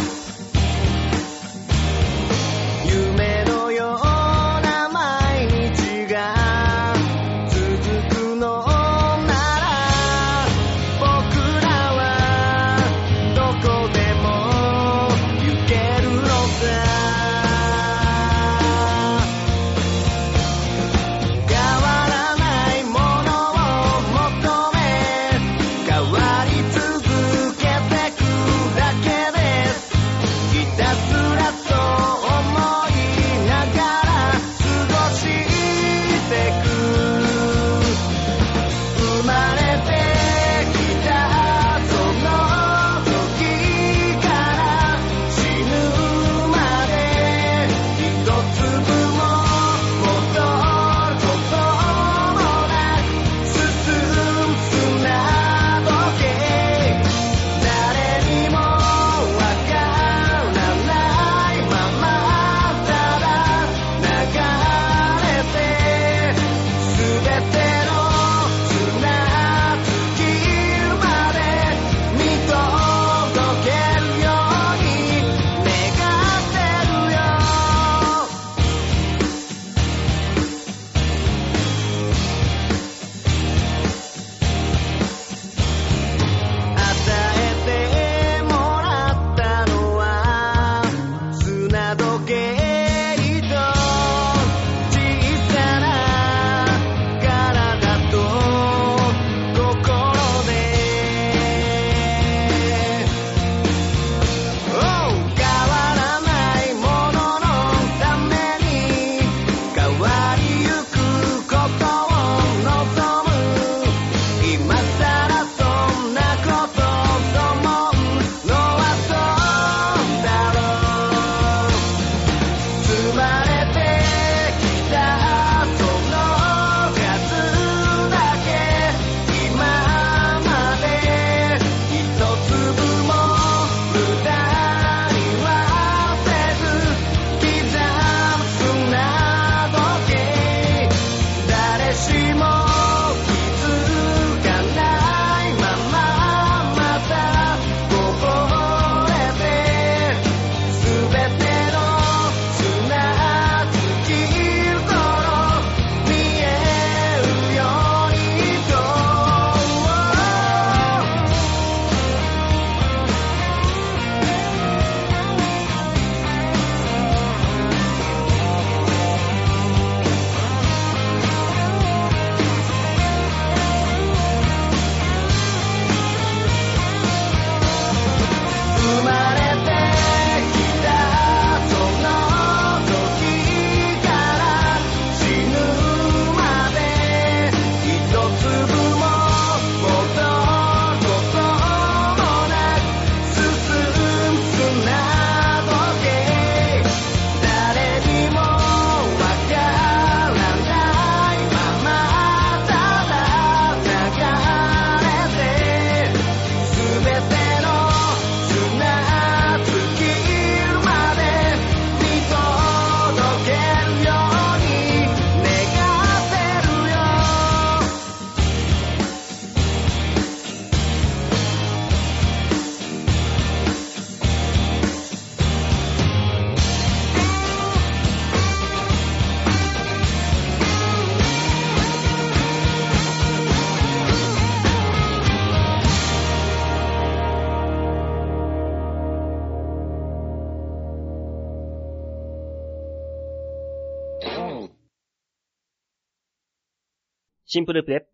Speaker 1: シンプループで、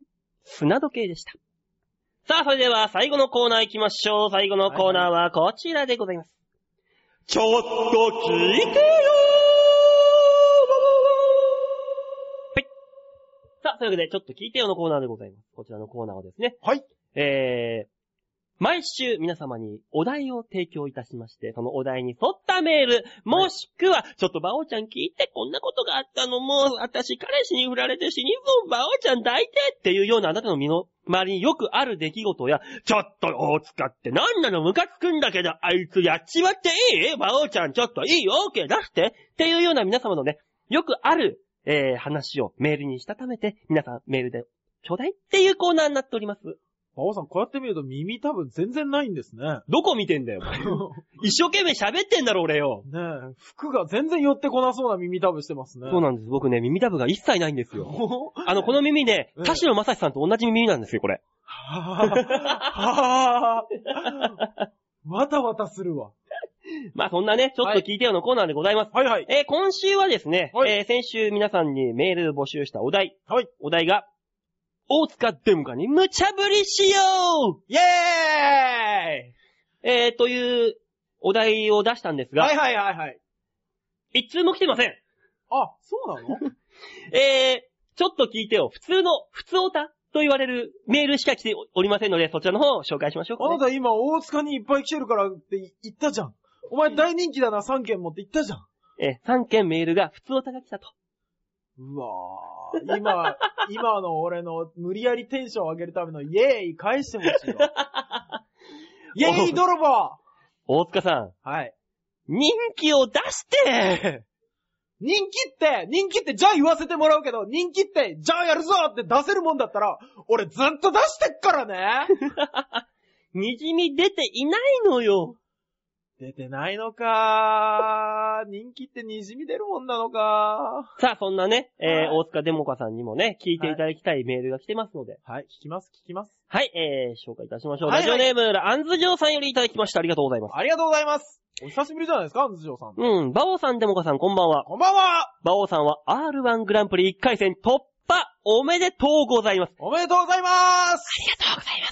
Speaker 1: 砂時計でした。さあ、それでは最後のコーナー行きましょう。最後のコーナーはこちらでございます。ちょっと聞いてよはい。さあ、というわけで、ちょっと聞いてよのコーナーでございます。こちらのコーナーはですね。
Speaker 2: はい。
Speaker 1: えー、毎週皆様にお題を提供いたしまして、そのお題に沿ったメール、もしくは、ちょっとバオちゃん聞いて、こんなことがあったの、もう私彼氏に振られて死にそう、バオちゃん抱いてっていうようなあなたの身の周りによくある出来事や、ちょっと大塚ってなんなのムカつくんだけど、あいつやっちまっていいバオちゃんちょっといいよ、OK 出してっていうような皆様のね、よくある、えー、話をメールにしたためて、皆さんメールでちょうだいっていうコーナーになっております。
Speaker 2: 馬王さん、こうやって見ると耳多分全然ないんですね。
Speaker 1: どこ見てんだよ、一生懸命喋ってんだろ、俺よ。
Speaker 2: ねえ、服が全然寄ってこなそうな耳たぶしてますね。
Speaker 1: そうなんです。僕ね、耳たぶが一切ないんですよ。
Speaker 2: の
Speaker 1: あの、この耳ね
Speaker 2: う、ん
Speaker 1: 田代正史さんと同じ耳なんですよ、これ。
Speaker 2: はぁわたわたするわ。
Speaker 1: まあ、そんなね、ちょっと聞いてよのコーナーでございます。
Speaker 2: はいはい。
Speaker 1: えー今週はですね、
Speaker 2: はい
Speaker 1: えー先週皆さんにメール募集したお題。
Speaker 2: はい
Speaker 1: お題が、大塚デムカに無茶ぶりしよう
Speaker 2: イェーイ
Speaker 1: えー、というお題を出したんですが、
Speaker 2: はいはいはいはい。
Speaker 1: 一通も来てません。
Speaker 2: あ、そうなの
Speaker 1: えー、ちょっと聞いてよ。普通の、普通オタと言われるメールしか来ておりませんので、そちらの方を紹介しましょうか、
Speaker 2: あ
Speaker 1: ね
Speaker 2: な。た今大塚にいっぱい来てるからって言ったじゃん。お前大人気だな、3件持って行ったじゃん。
Speaker 1: えー、3件メールが普通オタが来たと。
Speaker 2: うわぁ。今、 今の俺の無理やりテンション上げるためのイエーイ返してほしい わ。イエーイ泥棒
Speaker 1: 大塚さ
Speaker 2: はい。
Speaker 1: ん、人気を出して
Speaker 2: 人気って、人気ってじゃあ言わせてもらうけど、人気ってじゃあやるぞって出せるもんだったら、俺ずっと出してっからね
Speaker 1: にじみ出ていないのよ。
Speaker 2: 出てないのかー。人気って滲み出るもんなのか
Speaker 1: さあ、そんなね、えー
Speaker 2: はい
Speaker 1: 大塚デモカさんにもね、聞いていただきたいメールが来てますので。
Speaker 2: ー。はい、聞きます、聞きます。
Speaker 1: はい、えー、紹介いたしましょう。
Speaker 2: はい
Speaker 1: ラジオネーム、アンズジョーさんよりいただきました。ありがとうございます。
Speaker 2: ありがとうございます。お久しぶりじゃないですか、安城さん。
Speaker 1: うん、バオさん、デモカさん、こんばんは。
Speaker 2: こんばんは
Speaker 1: バオさんは R1 グランプリ1回戦突破おめでとうございます。
Speaker 2: おめでとうございます
Speaker 1: ありがとうございま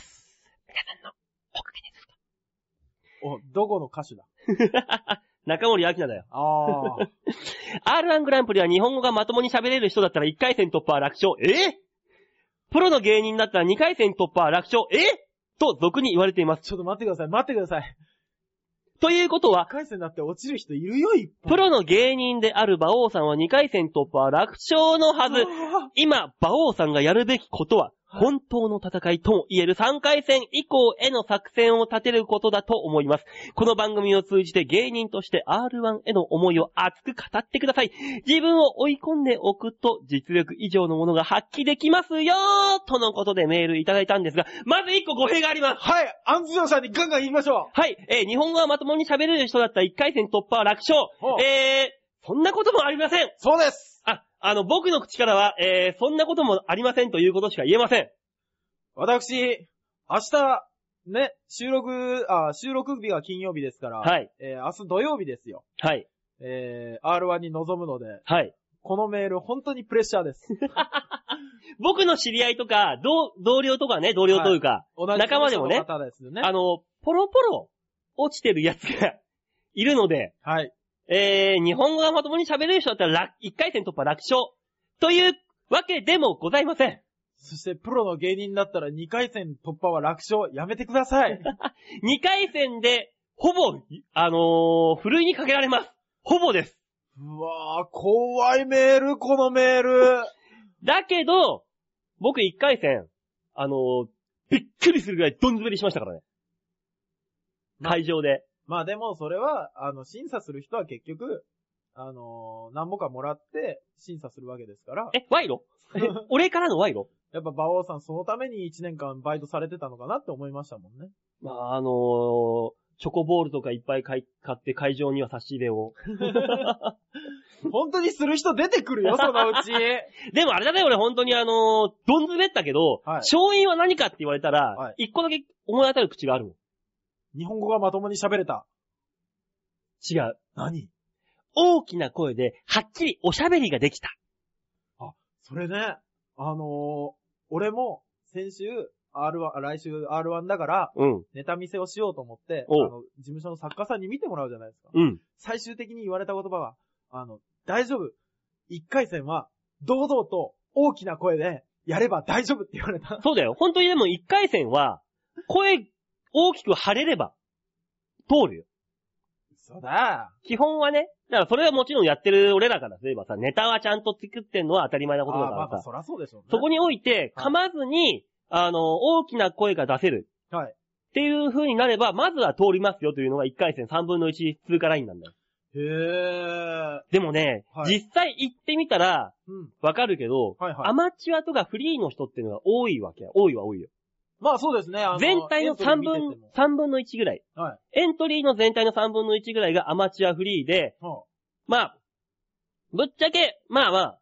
Speaker 1: す。
Speaker 2: お、どこの歌手だ
Speaker 1: 中森明菜だよ。
Speaker 2: あ ー。
Speaker 1: R1 グランプリは日本語がまともに喋れる人だったら1回戦突破は楽勝。えプロの芸人だったら2回戦突破は楽勝。えと俗に言われています。
Speaker 2: ちょっと待ってください、待ってください。
Speaker 1: ということは
Speaker 2: 一、回戦だって落ちる人いるよ、いっぱい。
Speaker 1: プロの芸人である馬王さんは2回戦突破は楽勝のはず。
Speaker 2: あ
Speaker 1: 今、馬王さんがやるべきことは、
Speaker 2: はい
Speaker 1: 本当の戦いとも言える3回戦以降への作戦を立てることだと思います。この番組を通じて芸人として R1 への思いを熱く語ってください。自分を追い込んでおくと実力以上のものが発揮できますよとのことでメールいただいたんですが、まず1個語弊があります
Speaker 2: ーはい、安城さんにガンガン言いましょう
Speaker 1: はい、えー日本語はまともに喋れる人だったら1回戦突破は楽勝
Speaker 2: ほう。
Speaker 1: えー、そんなこともありません。
Speaker 2: そうです
Speaker 1: あ、あの、僕の口からは、えー、そんなこともありませんということしか言えません。
Speaker 2: 私、明日、ね、収録、あ、収録日が金曜日ですから、
Speaker 1: はい。
Speaker 2: えー明日土曜日ですよ。
Speaker 1: はい。
Speaker 2: えー R1 に臨むので、
Speaker 1: はい。
Speaker 2: このメール本当にプレッシャー です。
Speaker 1: 僕の知り合いとか、同、同僚とかね、同僚というか、
Speaker 2: 同
Speaker 1: 仲間でもね
Speaker 2: 事務所の方ですよね。
Speaker 1: あの、ポロポロ落ちてるやつが いるので、
Speaker 2: はい。
Speaker 1: えー、日本語がまともに喋れる人だったら楽、一回戦突破楽勝。というわけでもございません。
Speaker 2: そして、プロの芸人だったら2回戦突破は楽勝。やめてください。
Speaker 1: 二回戦で、ほぼ、あのー、ふるいにかけられます。ほぼです。
Speaker 2: うわぁ、怖いメール、このメール。
Speaker 1: だけど、僕一回戦、あのー、びっくりするぐらいどんずべりしましたからね。会場で。
Speaker 2: まあでも、それは、あの、審査する人は結局、あのー、何ぼかもらって審査するわけですから。
Speaker 1: え、賄賂え俺からの賄賂
Speaker 2: やっぱ馬王さんそのために1年間バイトされてたのかなって思いましたもんね。
Speaker 1: まあ、あのーチョコボールとかいっぱい買い買って会場には差し入れを。
Speaker 2: 本当にする人出てくるよ、そ のうち。
Speaker 1: でもあれだね、俺本当にあのーどんずべったけど、
Speaker 2: はい
Speaker 1: 勝因は何かって言われたら、
Speaker 2: はい
Speaker 1: 一個だけ思い当たる口があるもん。
Speaker 2: 日本語がまともに喋れた。
Speaker 1: 違う。
Speaker 2: 何
Speaker 1: 大きな声で、はっきりおしゃべりができた。
Speaker 2: それね、あの俺も、先週、R1、来週 R1 だから、
Speaker 1: うん。
Speaker 2: ネタ見せをしようと思って、あ
Speaker 1: おう
Speaker 2: の、事務所の作家さんに見てもらうじゃないですか。
Speaker 1: うん。
Speaker 2: 最終的に言われた言葉が、あの、大丈夫。一回戦は、堂々と大きな声で、やれば大丈夫って言われた。
Speaker 1: そうだよ。本当にでも一回戦は、声大きく張れれば、通るよ。
Speaker 2: そうだ。
Speaker 1: 基本はね。だからそれはもちろんやってる俺らからすればさ、ネタはちゃんと作ってんのは当たり前な
Speaker 2: あ
Speaker 1: ことだ
Speaker 2: あ
Speaker 1: か
Speaker 2: まあま
Speaker 1: ら
Speaker 2: あ、
Speaker 1: さ。
Speaker 2: そらそうでしょうね。
Speaker 1: そこにおいて、噛まずに、あの、大きな声が出せる。
Speaker 2: はい。
Speaker 1: っていう風になれば、まずは通りますよというのが1回戦3分の1通過ラインなんだよ。
Speaker 2: へえ。
Speaker 1: でもね、
Speaker 2: はい
Speaker 1: 実際行ってみたら、
Speaker 2: うん。
Speaker 1: わかるけど、
Speaker 2: はいはい
Speaker 1: アマチュアとかフリーの人っていうのが多いわけ。多いは多いよ。
Speaker 2: まあそうですね。あの
Speaker 1: 全体の3
Speaker 2: エントリー見
Speaker 1: 分
Speaker 2: てても、
Speaker 1: 三分の1ぐらい。
Speaker 2: はい。
Speaker 1: エントリーの全体の3分の1ぐらいがアマチュアフリーで、
Speaker 2: は
Speaker 1: まあ、ぶっちゃけ、まあまあ、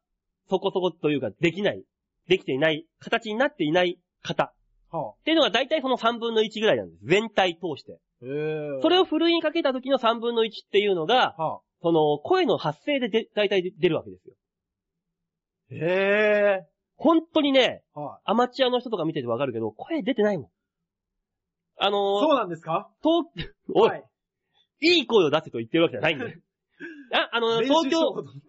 Speaker 1: そこそこというか、できない、できていない、形になっていない方。
Speaker 2: あ、はあ
Speaker 1: っていうのが大体その3分の1ぐらいなんです。全体通して。
Speaker 2: へえ。
Speaker 1: それをふるいにかけた時の3分の1っていうのが、
Speaker 2: はあ、
Speaker 1: その、声の発声でで大体出るわけですよ。
Speaker 2: へえ。
Speaker 1: 本当にね、
Speaker 2: はい、
Speaker 1: アマチュアの人とか見ててわかるけど、声出てないもん。あのー、
Speaker 2: そうなんですか
Speaker 1: 東、おい、、
Speaker 2: はいい。
Speaker 1: い声を出せと言ってるわけじゃないんだ よ。あ、あのー、
Speaker 2: 練習
Speaker 1: 東
Speaker 2: しよ
Speaker 1: 京、
Speaker 2: うかと思って。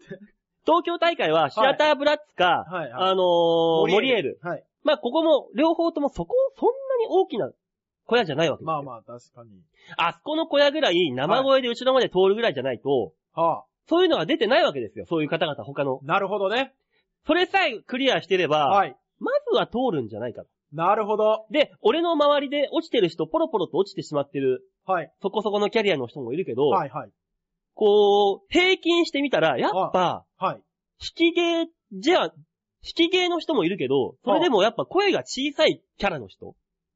Speaker 1: 東京大会は、シアターブラッツか、
Speaker 2: はいはい。
Speaker 1: あのー、モリエール。。
Speaker 2: はい。
Speaker 1: まあ、ここも、両方ともそこ、そんなに大きな小屋じゃないわけですよ。
Speaker 2: まあまあ、確かに。
Speaker 1: あそこの小屋ぐらい、生声で後ろまで通るぐらいじゃないと、
Speaker 2: はあ、
Speaker 1: そういうのが出てないわけですよ。そういう方々、他の。
Speaker 2: なるほどね。
Speaker 1: それさえクリアしてれば、
Speaker 2: はい。
Speaker 1: まずは通るんじゃないかと。
Speaker 2: なるほど。
Speaker 1: で、俺の周りで落ちてる人、ポロポロと落ちてしまってる、
Speaker 2: はい。
Speaker 1: そこそこのキャリアの人もいるけど、
Speaker 2: はいはい。
Speaker 1: こう、平均してみたら、やっぱ、
Speaker 2: はい。
Speaker 1: 引き芸じゃ、引き芸の人もいるけど、それでもやっぱ声が小さいキャラの人っ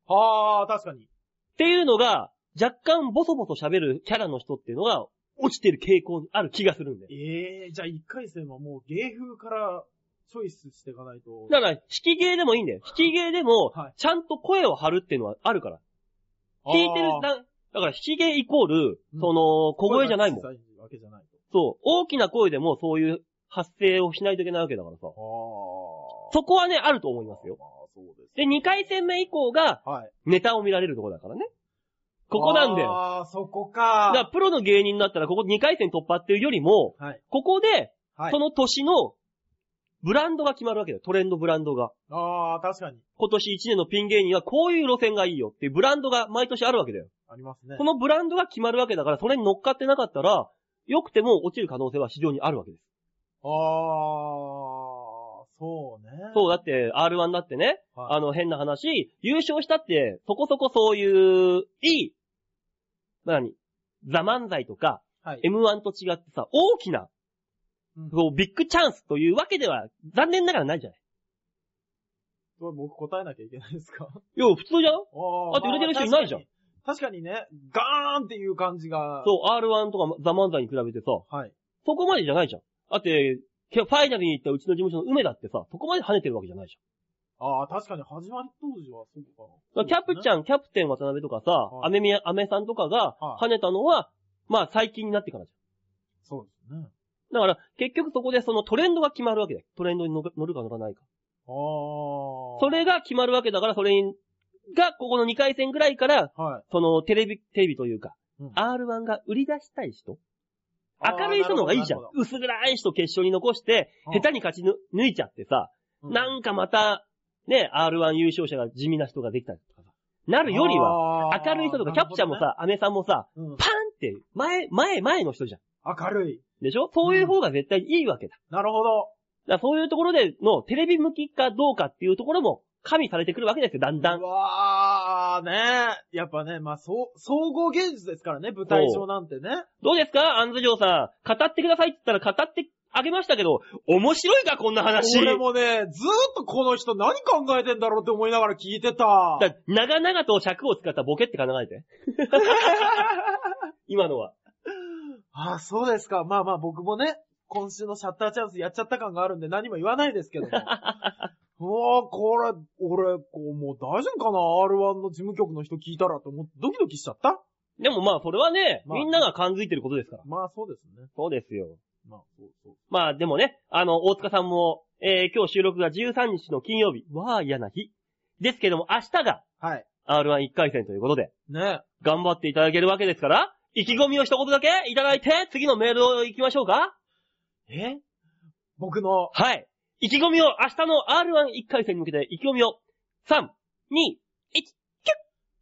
Speaker 2: はあ、確かに。
Speaker 1: ていうのが、若干ボソボソ喋るキャラの人っていうのが、落ちてる傾向にある気がするんで。
Speaker 2: ええじゃあ一回戦はもう芸風からチョイスしていかないと。
Speaker 1: だから、引き芸でもいいんだよ。引き芸でも
Speaker 2: はい、
Speaker 1: ちゃんと声を張るっていうのはあるから。
Speaker 2: あー
Speaker 1: 聞いてる、だ、だから引き芸イコール、
Speaker 2: うん
Speaker 1: その、小声じゃないもん。
Speaker 2: 声が小さいわけじゃない
Speaker 1: そう。大きな声でもそういう発声をしないといけないわけだからさ。
Speaker 2: と。はあ。
Speaker 1: そこはね、あると思いますよ。
Speaker 2: まあ、そうです
Speaker 1: で、
Speaker 2: ね。
Speaker 1: 2回戦目以降が、
Speaker 2: はい。
Speaker 1: ネタを見られるとこだからね。ここなんだよ。
Speaker 2: ああ、そ
Speaker 1: だ
Speaker 2: こか。
Speaker 1: から、プロの芸人だったら、ここ2回戦突破っていうよりも、
Speaker 2: はい。
Speaker 1: ここで、
Speaker 2: はい
Speaker 1: そ。の年の、ブランドが決まるわけだよ。トレンドブランドが。
Speaker 2: ああ、確かに。
Speaker 1: 今年1年のピン芸人はこういう路線がいいよっていうブランドが毎年あるわけだよ。
Speaker 2: ありますね
Speaker 1: こ。のブランドが決まるわけだから、それに乗っかってなかったら、良くても落ちる可能性は非常にあるわけです。
Speaker 2: ああ、そうね。
Speaker 1: そう、だって、R1 だってね、
Speaker 2: はい
Speaker 1: あの、変な話、優勝したって、そこそこそういう、いい、何ザ・漫才とか、
Speaker 2: はい。
Speaker 1: M1 と違ってさ、大きな、
Speaker 2: うん
Speaker 1: こう、ビッグチャンスというわけでは、残念ながらないじゃない。
Speaker 2: これ僕答えなきゃいけないですか
Speaker 1: いや、普通じゃん
Speaker 2: あ
Speaker 1: だって売れてる人いないじゃん
Speaker 2: まあ確かに確かにね、ガーンっていう感じが。
Speaker 1: そう、R1 とかザ・漫才に比べてさ、
Speaker 2: はい。
Speaker 1: そこまでじゃないじゃん。だって、けファイナルに行ったうちの事務所の梅だってさ、そこまで跳ねてるわけじゃないじ
Speaker 2: ああ、確かに始まり当時はそう
Speaker 1: ゃ
Speaker 2: か。
Speaker 1: ん。キャプち
Speaker 2: ゃん。
Speaker 1: ゃん、キャプテン渡辺とかさ、
Speaker 2: はい
Speaker 1: アメミヤ、アメさんとかが
Speaker 2: は
Speaker 1: 跳ねたのは、まあ最近になってからじ
Speaker 2: そうですね。
Speaker 1: ゃん。だから、結局そこでそのトレンドが決まるわけだよ。トレンドに乗る乗るか乗らないか。
Speaker 2: ああ。
Speaker 1: それが決まるわけだから、それにが、ここの2回戦ぐらいから、
Speaker 2: はい。
Speaker 1: そのテレビ、テレビというか、
Speaker 2: うん
Speaker 1: R1 が売り出したい人
Speaker 2: あー
Speaker 1: 明るい人の方がいいじゃん
Speaker 2: なる。ほ
Speaker 1: 薄暗い人決勝に残して、
Speaker 2: うん
Speaker 1: 下手に勝ちぬ抜いちゃってさ、
Speaker 2: ど
Speaker 1: なんかまた、ね、R1 優勝者が地味な人ができたりとかさ、なるよりは、
Speaker 2: は
Speaker 1: 明るい人とか、キャプチャーも、さ、アメさんもさ、
Speaker 2: なるほどねうん
Speaker 1: パーンって、前、前、前の人じゃん。
Speaker 2: 明るい。
Speaker 1: でしょそういう方が絶対いいわけだ。
Speaker 2: なるほど。
Speaker 1: だからそういうところでの、テレビ向きかどうかっていうところも、加味されてくるわけですよ、だんだん
Speaker 2: う。わあ、ねやっぱね、まあ、そう、総合芸術ですからね、舞台上なんてね。
Speaker 1: どうですか安頭城さん。語ってくださいって言ったら語ってあげましたけど、面白いかこんな話。
Speaker 2: 俺もね、ずーっとこの人何考えてんだろうって思いながら聞いてた。
Speaker 1: だ長々と尺を使ったボケって考え て。今のは。
Speaker 2: ああ、そうですか。まあまあ僕もね、今週のシャッターチャンスやっちゃった感があるんで何も言わないですけども。うわーこれ、俺、こう、もう大丈夫かな ?R1 の事務局の人聞いたらと思ってドキドキしちゃった
Speaker 1: でもまあ、それはね、
Speaker 2: まあ
Speaker 1: みんなが感づいてることですから。
Speaker 2: まあそうですね。
Speaker 1: そうですよ。
Speaker 2: まあそうそう。
Speaker 1: まあでもね、あの、大塚さんも、えー今日収録が13日の金曜日。わー嫌な日。ですけども、明日が
Speaker 2: はい。
Speaker 1: R11 回戦ということで、
Speaker 2: ね。
Speaker 1: 頑張っていただけるわけですから、意気込みを一言だけいただいて、次のメールを行きましょうか
Speaker 2: え僕の、
Speaker 1: はい。意気込みを、明日の R11 回戦に向けて意気込みを、3、2、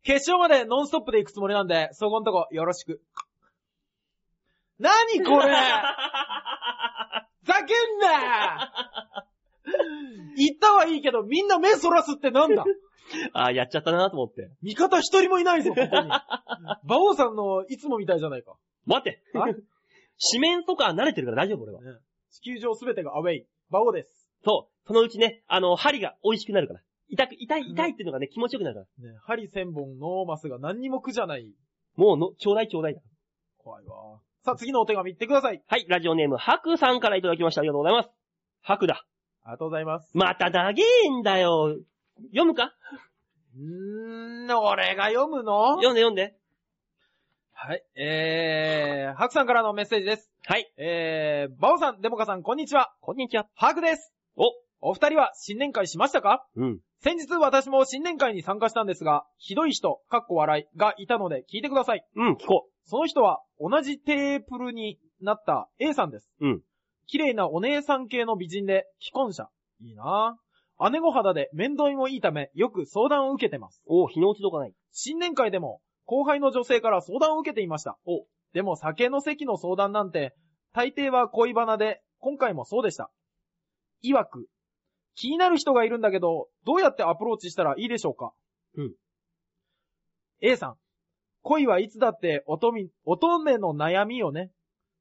Speaker 2: 決勝までノンストップで行くつもりなんで、そこんとこよろしく。何これふざけんな言ったはいいけど、みんな目そらすってなんだ
Speaker 1: あー、やっちゃったなと思って。
Speaker 2: 味方一人もいないぞ、ここに。馬王さんのいつもみたいじゃないか。
Speaker 1: 待って
Speaker 2: あ
Speaker 1: 紙面とか慣れてるから大丈夫、俺は。
Speaker 2: 地球上すべてがアウェイ。馬王です。
Speaker 1: そう。そのうちね、あの、針が美味しくなるから。痛く、痛い、痛いっていうのがね、気持ちよくなるから。
Speaker 2: ね、針千本ノーマスが何にも苦じゃない。
Speaker 1: もうの、ちょうだいちょうだいだ。
Speaker 2: 怖いわ。さあ、次のお手紙行ってください。
Speaker 1: はい、ラジオネーム、ハクさんからいただきました。ありがとうございます。ハクだ。
Speaker 2: ありがとうございます。
Speaker 1: また長えんだよ。読むか
Speaker 2: うーん、俺が読むの
Speaker 1: 読んで読んで。
Speaker 2: はい。えー、ハクさんからのメッセージです。
Speaker 1: はい。
Speaker 2: えー、バオさん、デモカさん、こんにちは。
Speaker 1: こんにちは。
Speaker 2: ハクです。
Speaker 1: お、
Speaker 2: お二人は新年会しましたか
Speaker 1: うん。
Speaker 2: 先日私も新年会に参加したんですが、ひどい人、かっこ笑いがいたので聞いてください。
Speaker 1: うん、聞こ
Speaker 2: その人は同じテーブルになった A さんです。
Speaker 1: うん。
Speaker 2: 綺麗なお姉さん系の美人で既婚者。いいなぁ。姉御肌で面倒見もいいため、よく相談を受けてます。
Speaker 1: う。お、日の落ちとかない。
Speaker 2: 新年会でも、後輩の女性から相談を受けていました。お。でも酒の席の相談なんて、大抵は恋バナで、今回もそうでした。曰く、気になる人がいるんだけど、どうやってアプローチしたらいいでしょうか
Speaker 1: うん。
Speaker 2: A さん、恋はいつだって乙女、乙女の悩みよね。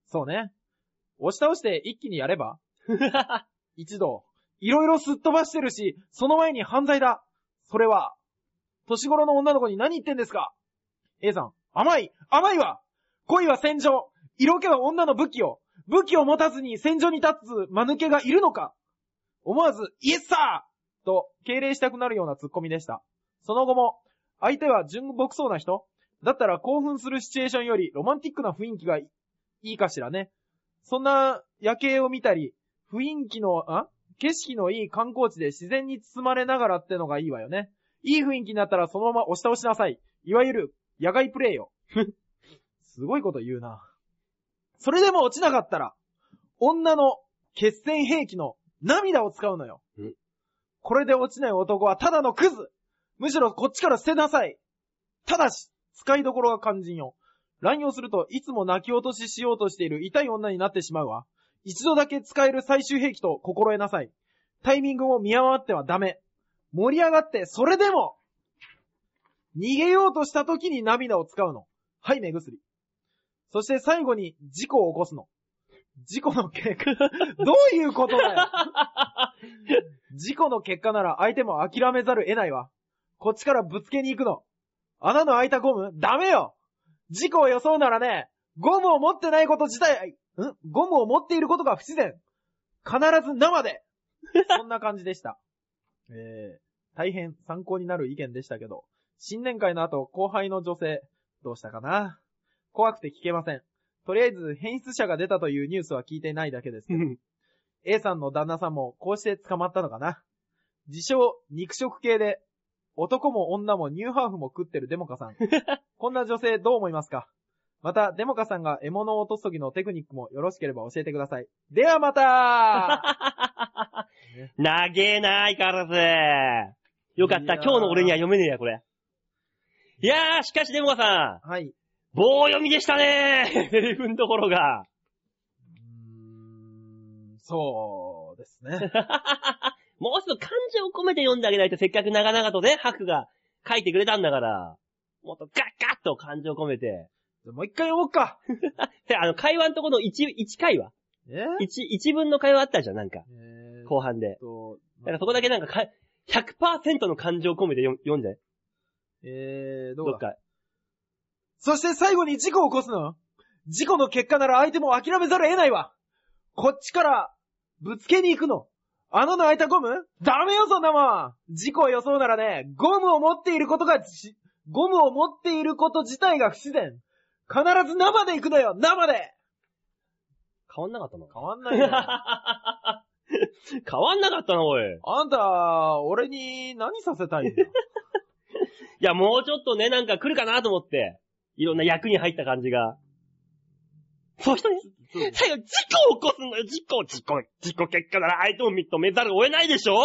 Speaker 2: そうね。押し倒して一気にや れば一度、いろいろすっ飛ばしてるし、その前に犯罪だ。それは、年頃の女の子に何言ってんですか ?A さん、甘い甘いわ恋は戦場色気は女の武器を武器を持たずに戦場に立つ間抜けがいるのか思わず、イエスサーと敬礼したくなるようなツッコミでした。その後も、相手は純朴そうな人だったら興奮するシチュエーションよりロマンティックな雰囲気がいいいかしらね。そんな夜景を見たり、雰囲気の、あ景色のいい観光地で自然に包まれながらってのがいいわよね。いい雰囲気になったらそのまま押し倒しなさい。いわゆる、野外プレイよ。 すごいこと言うな。それでも落ちなかったら、女の決戦兵器の涙を使うのよ
Speaker 1: うん。
Speaker 2: これで落ちない男はただのクズむしろこっちから捨てなさいただし、使いどころが肝心よ。乱用するといつも泣き落とししようとしている痛い女になってしまうわ。一度だけ使える最終兵器と心得なさい。タイミングを見誤ってはダメ。盛り上がって、それでも、逃げようとした時に涙を使うの。はい、目薬。そして最後に事故を起こすの。事故の結果、 どういうことだ よ。事故の結果なら相手も諦めざる得ないわ。こっちからぶつけに行くの。穴の開いたゴムダメよ事故を装うならね、ゴムを持ってないこと自体、んゴムを持っていることが不自然。必ず生で。そんな感じでした。 えー、大変参考になる意見でしたけど、新年会の後、後輩の女性、どうしたかな怖くて聞けません。とりあえず、変質者が出たというニュースは聞いてないだけですけど、A さんの旦那さんもこうして捕まったのかな。自称、肉食系で、男も女もニューハーフも食ってるデモカ さん。こんな女性どう思いますかまた、デモカさんが獲物を落とす時のテクニックもよろしければ教えてください。ではまた
Speaker 1: 投げないからぜ。よかっ
Speaker 2: い
Speaker 1: た。
Speaker 2: やー
Speaker 1: 今日の俺には読めねえや、これ。いやー、しかしデモカさん、
Speaker 2: はい。
Speaker 1: 棒読みでしたねー。 セリフのところが。
Speaker 2: うーんそうですね。
Speaker 1: もうちょっと感情を込めて読んであげないとせっかく長々とね、ハクが書いてくれたんだから。もっとガッガッと感情を込めて。
Speaker 2: もう一回読もうか。
Speaker 1: で、あの、会話のところの1、一会話
Speaker 2: えー
Speaker 1: ?1、一分の会話あったじゃん、なんか。
Speaker 2: えー
Speaker 1: 後半で
Speaker 2: っ。と、
Speaker 1: だからそこだけなんかか、100%の感情を込めて読ん読んで。
Speaker 2: えー、どう
Speaker 1: ど
Speaker 2: だ
Speaker 1: っか。
Speaker 2: そして最後に事故を起こすの。事故の結果なら相手も諦めざるを得ないわ。こっちから、ぶつけに行くの。穴の開いたゴムダメよ、そんなもん事故を装うならね、ゴムを持っていることがじ、ゴムを持っていること自体が不自然。必ず生で行くのよ、生で
Speaker 1: 変わんなかったの
Speaker 2: 変わんないよ。
Speaker 1: 変わんなかったな、おい。い
Speaker 2: あんた、俺に何させたいんだ
Speaker 1: や、もうちょっとね、なんか来るかなと思って。いろんな役に入った感じが。そしてね、最後、事故を起こすのよ、事故、事故、事故結果なら相手を認めざるを得ないでしょ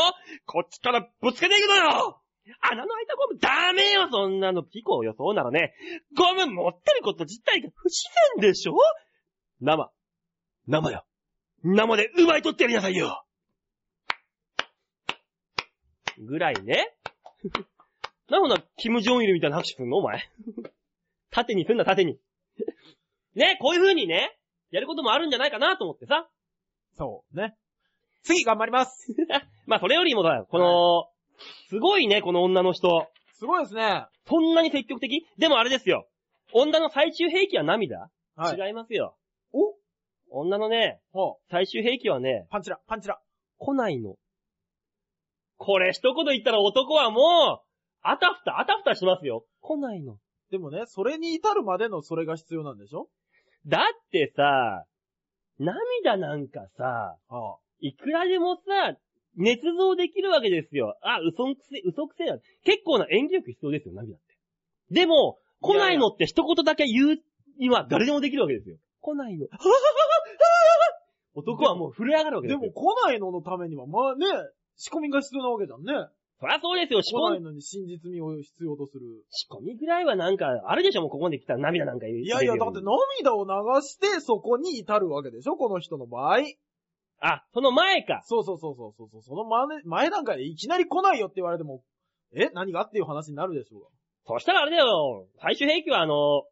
Speaker 1: こっちからぶつけていくのよ穴の開いたゴム、ダメよ、そんなの。事故を予想ならね、ゴム持ってること自体が不自然でしょ生。生よ。生で奪い取ってやりなさいよぐらいね。なほな、キム・ジョンイルみたいな拍手すんのお前。 縦にすんな、縦に。 ね、こういう風にね、やることもあるんじゃないかなと思ってさ。
Speaker 2: そうね。次頑張ります。
Speaker 1: まあ、それよりもだ、この、すごいね、この女の人。
Speaker 2: すごいですね。
Speaker 1: そんなに積極的でもあれですよ。女の最終兵器は涙、
Speaker 2: はい。
Speaker 1: 違いますよ。
Speaker 2: お
Speaker 1: 女のね、
Speaker 2: ほう。
Speaker 1: 最終兵器はね、
Speaker 2: パンチラ、パンチラ。
Speaker 1: 来ないの。これ一言言ったら男はもう、あたふた、あたふたしますよ。来ないの。
Speaker 2: でもね、それに至るまでのそれが必要なんでしょ
Speaker 1: だってさ、涙なんかさ、
Speaker 2: ああ。
Speaker 1: いくらでもさ、捏造できるわけですよ。あ、嘘くせ、嘘くせえな。結構な演技力必要ですよ、涙って。でも、来ないのって一言だけ言うには誰でもできるわけですよ。来ないの。男はもう震え上がるわけで
Speaker 2: です
Speaker 1: よ。
Speaker 2: も来ないののためには、まあね、仕込みが必要なわけじゃんね。
Speaker 1: そりゃそうですよ、仕
Speaker 2: 来な
Speaker 1: 込
Speaker 2: い
Speaker 1: み、
Speaker 2: のに真実味を必要とする。
Speaker 1: 仕込みぐらいはなんか、あるでしょ、もうここまで来たら涙なんか言う。
Speaker 2: いやいや、だって
Speaker 1: の。
Speaker 2: 涙を流してそこに至るわけでしょこの人の場合。
Speaker 1: あ、その前か。
Speaker 2: そうそうそうそうそうそう。その前前段階でいきなり来ないよって言われても、え何がっていう話になるでしょ
Speaker 1: そしたらあれだよ、最終兵器はあの、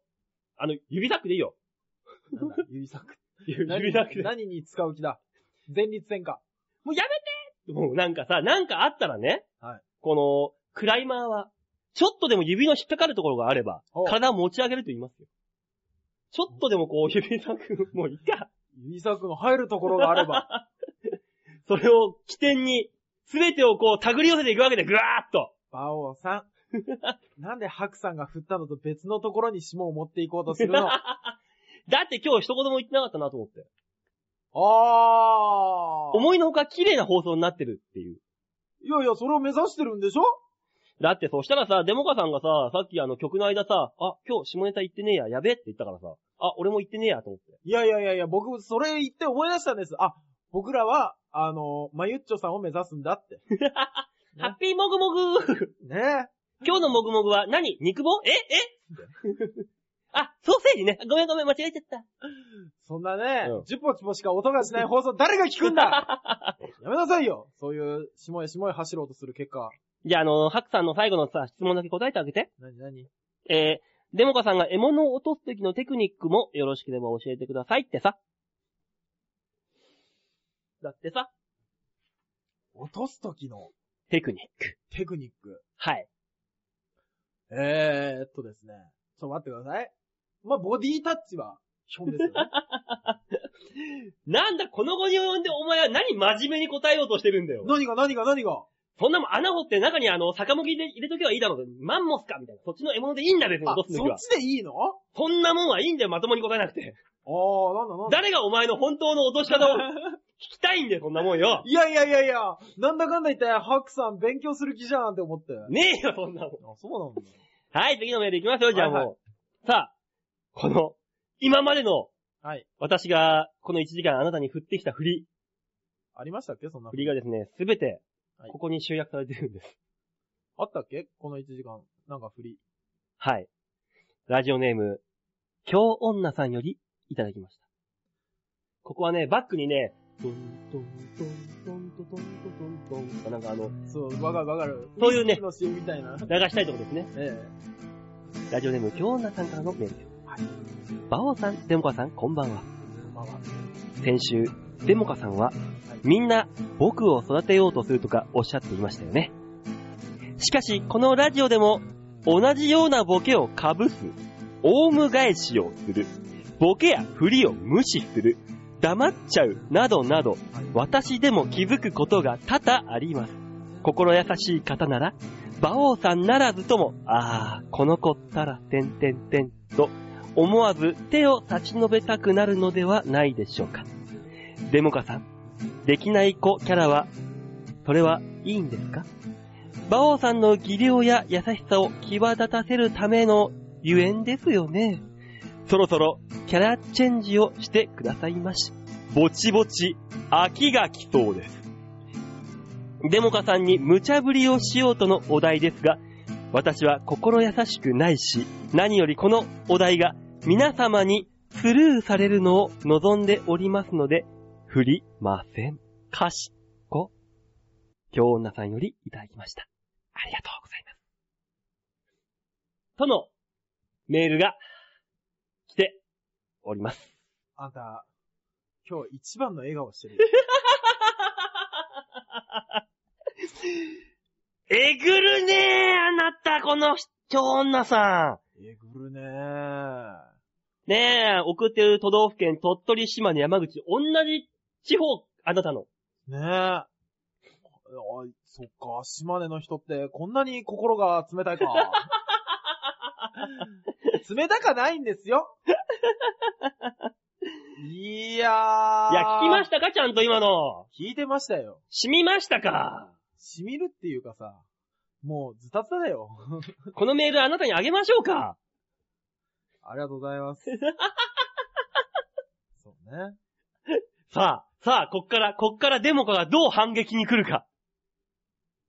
Speaker 1: あの、指サックでいいよ。
Speaker 2: うが。なんだ 指作。
Speaker 1: 指サックで。
Speaker 2: 何に使う気だ前立腺か。
Speaker 1: もうやめてもうなんかさ、なんかあったらね、
Speaker 2: はい
Speaker 1: この、クライマーは、ちょっとでも指の引っかかるところがあれば
Speaker 2: お、
Speaker 1: 体を持ち上げると言いますよ。ちょっとでもこう、指先、もういいか。
Speaker 2: 指作の入るところがあれば。
Speaker 1: それを起点に、すべてをこう、手繰り寄せていくわけで、ぐわーっと。
Speaker 2: バオさん。 なんでハクさんが振ったのと別のところに霜を持っていこうとす るの
Speaker 1: だって今日一言も言ってなかったなと思って。
Speaker 2: あー。
Speaker 1: 思いのほか綺麗な放送になってるっていう。
Speaker 2: いやいや、それを目指してるんでしょ
Speaker 1: だってそしたらさ、デモカさんがさ、さっきあの曲の間さ、あ、今日下ネタ言ってねえや、やべえって言ったからさ、あ、俺も言ってねえやと思って。
Speaker 2: いやいやいやいや、僕、それ言って思い出したんです。あ、僕らは、あの、まゆっちょさんを目指すんだって。 ね
Speaker 1: ハッピーもぐもぐ
Speaker 2: ね
Speaker 1: 今日のもぐもぐは何肉棒ええ あ、ソーセージね。ごめんごめん、間違えちゃった。
Speaker 2: え。そんなね、
Speaker 1: うん
Speaker 2: ジュポチポしか音がしない放送誰が聞くんだ やめなさいよそういう、しもえしもえ走ろうとする結果。
Speaker 1: じゃあ、あの、ハクさんの最後のさ、質問だけ答えてあげて。
Speaker 2: なになに
Speaker 1: えー、デモカさんが獲物を落とす時のテクニックもよろしければ教えてくださいってさ。だってさ、
Speaker 2: 落とす時の
Speaker 1: テクニック。
Speaker 2: テクニック。
Speaker 1: はい。
Speaker 2: えーっとですね。ちょっと待ってください。まあ、ボディタッチは、基本で すよね。
Speaker 1: なんだ、この後に及んでお前は何真面目に答えようとしてるんだよ。
Speaker 2: 何が何が何が
Speaker 1: そんなもん穴掘って中にあの、酒麦で入れとけばいいだろう。マンモスかみたいな。そっちの獲物でいいんだ、別に
Speaker 2: あ
Speaker 1: 落、とす時
Speaker 2: そ
Speaker 1: は
Speaker 2: っ。ちでいいのあ
Speaker 1: そんなもんはいいんだよ、まともに答えなくて。
Speaker 2: ー、なんだなんだ。
Speaker 1: 誰がお前の本当の落とし方を聞きたいんだよ、こんなもんよ。
Speaker 2: いやいやいやいや、なんだかんだ言って、ハクさん勉強する気じゃんって思って。あ、
Speaker 1: ねえよ、そんなもん。
Speaker 2: そうなんだ。
Speaker 1: はい、次のメール行きますよ、じゃあもう。
Speaker 2: はいは
Speaker 1: さあ、この、今までの、
Speaker 2: はい。
Speaker 1: 私が、この1時間あなたに振ってきた振り、
Speaker 2: ありましたっけそんな
Speaker 1: 振。りがですね、すべて
Speaker 2: は、い
Speaker 1: ここに集約されてるんです。
Speaker 2: あったっけこの1時間。なんか振り。
Speaker 1: はい。ラジオネーム、京女さんより、いただきました。ここはね、バックにね、トントントントントントントントンなんかあの、
Speaker 2: そう、わかるわかる。
Speaker 1: そういうね
Speaker 2: ウイスキーの CM みたいな。
Speaker 1: 流したいとこですね。
Speaker 2: え
Speaker 1: ラジオネーム、京女さんからのメールです。バオさん、デモカさん、こんばんは。
Speaker 2: え。まあまあ。
Speaker 1: 先週、デモカさんは、みんな僕を育てようとするとかおっしゃっていましたよね。しかし、このラジオでも、同じようなボケをかぶす、オウム返しをする、ボケや振りを無視する、黙っちゃう、などなど、私でも気づくことが多々あります。心優しい方なら、馬王さんならずとも、ああ、この子ったら、てんてんてん、と、思わず手を差し伸べたくなるのではないでしょうか。デモカさん、できない子キャラは、それはいいんですか馬王さんの技量や優しさを際立たせるためのゆえんですよね。そろそろキャラチェンジをしてくださいまし。ぼちぼち、秋が来そうです。デモカさんに無茶ぶりをしようとのお題ですが、私は心優しくないし、何よりこのお題が皆様にスルーされるのを望んでおりますので、振りません。かしこ。京女さんよりいただきました。ありがとうございます。とのメールが来ております。
Speaker 2: あんた、今日一番の笑顔してるよ。
Speaker 1: えぐるねえ、あなた、この京女さ
Speaker 2: えぐるねー。
Speaker 1: ん。ねえ、送ってる都道府県、鳥取、島根、山口、同じ地方、あなたの。
Speaker 2: ねえ。あそっか、島根の人ってこんなに心が冷 たいか。冷たかないんですよ。いやー。
Speaker 1: いや、聞きま
Speaker 2: し
Speaker 1: したかちゃんと今の。
Speaker 2: 聞いてましたよ。
Speaker 1: 染みましたか
Speaker 2: 染みるっていうかさ、もうズタズタだよ。
Speaker 1: このメールあなたにあげましょうか
Speaker 2: ありがとうござい ます。そうね。
Speaker 1: さあ、さあ、こっから、こっからデモカがどう反撃に来るか。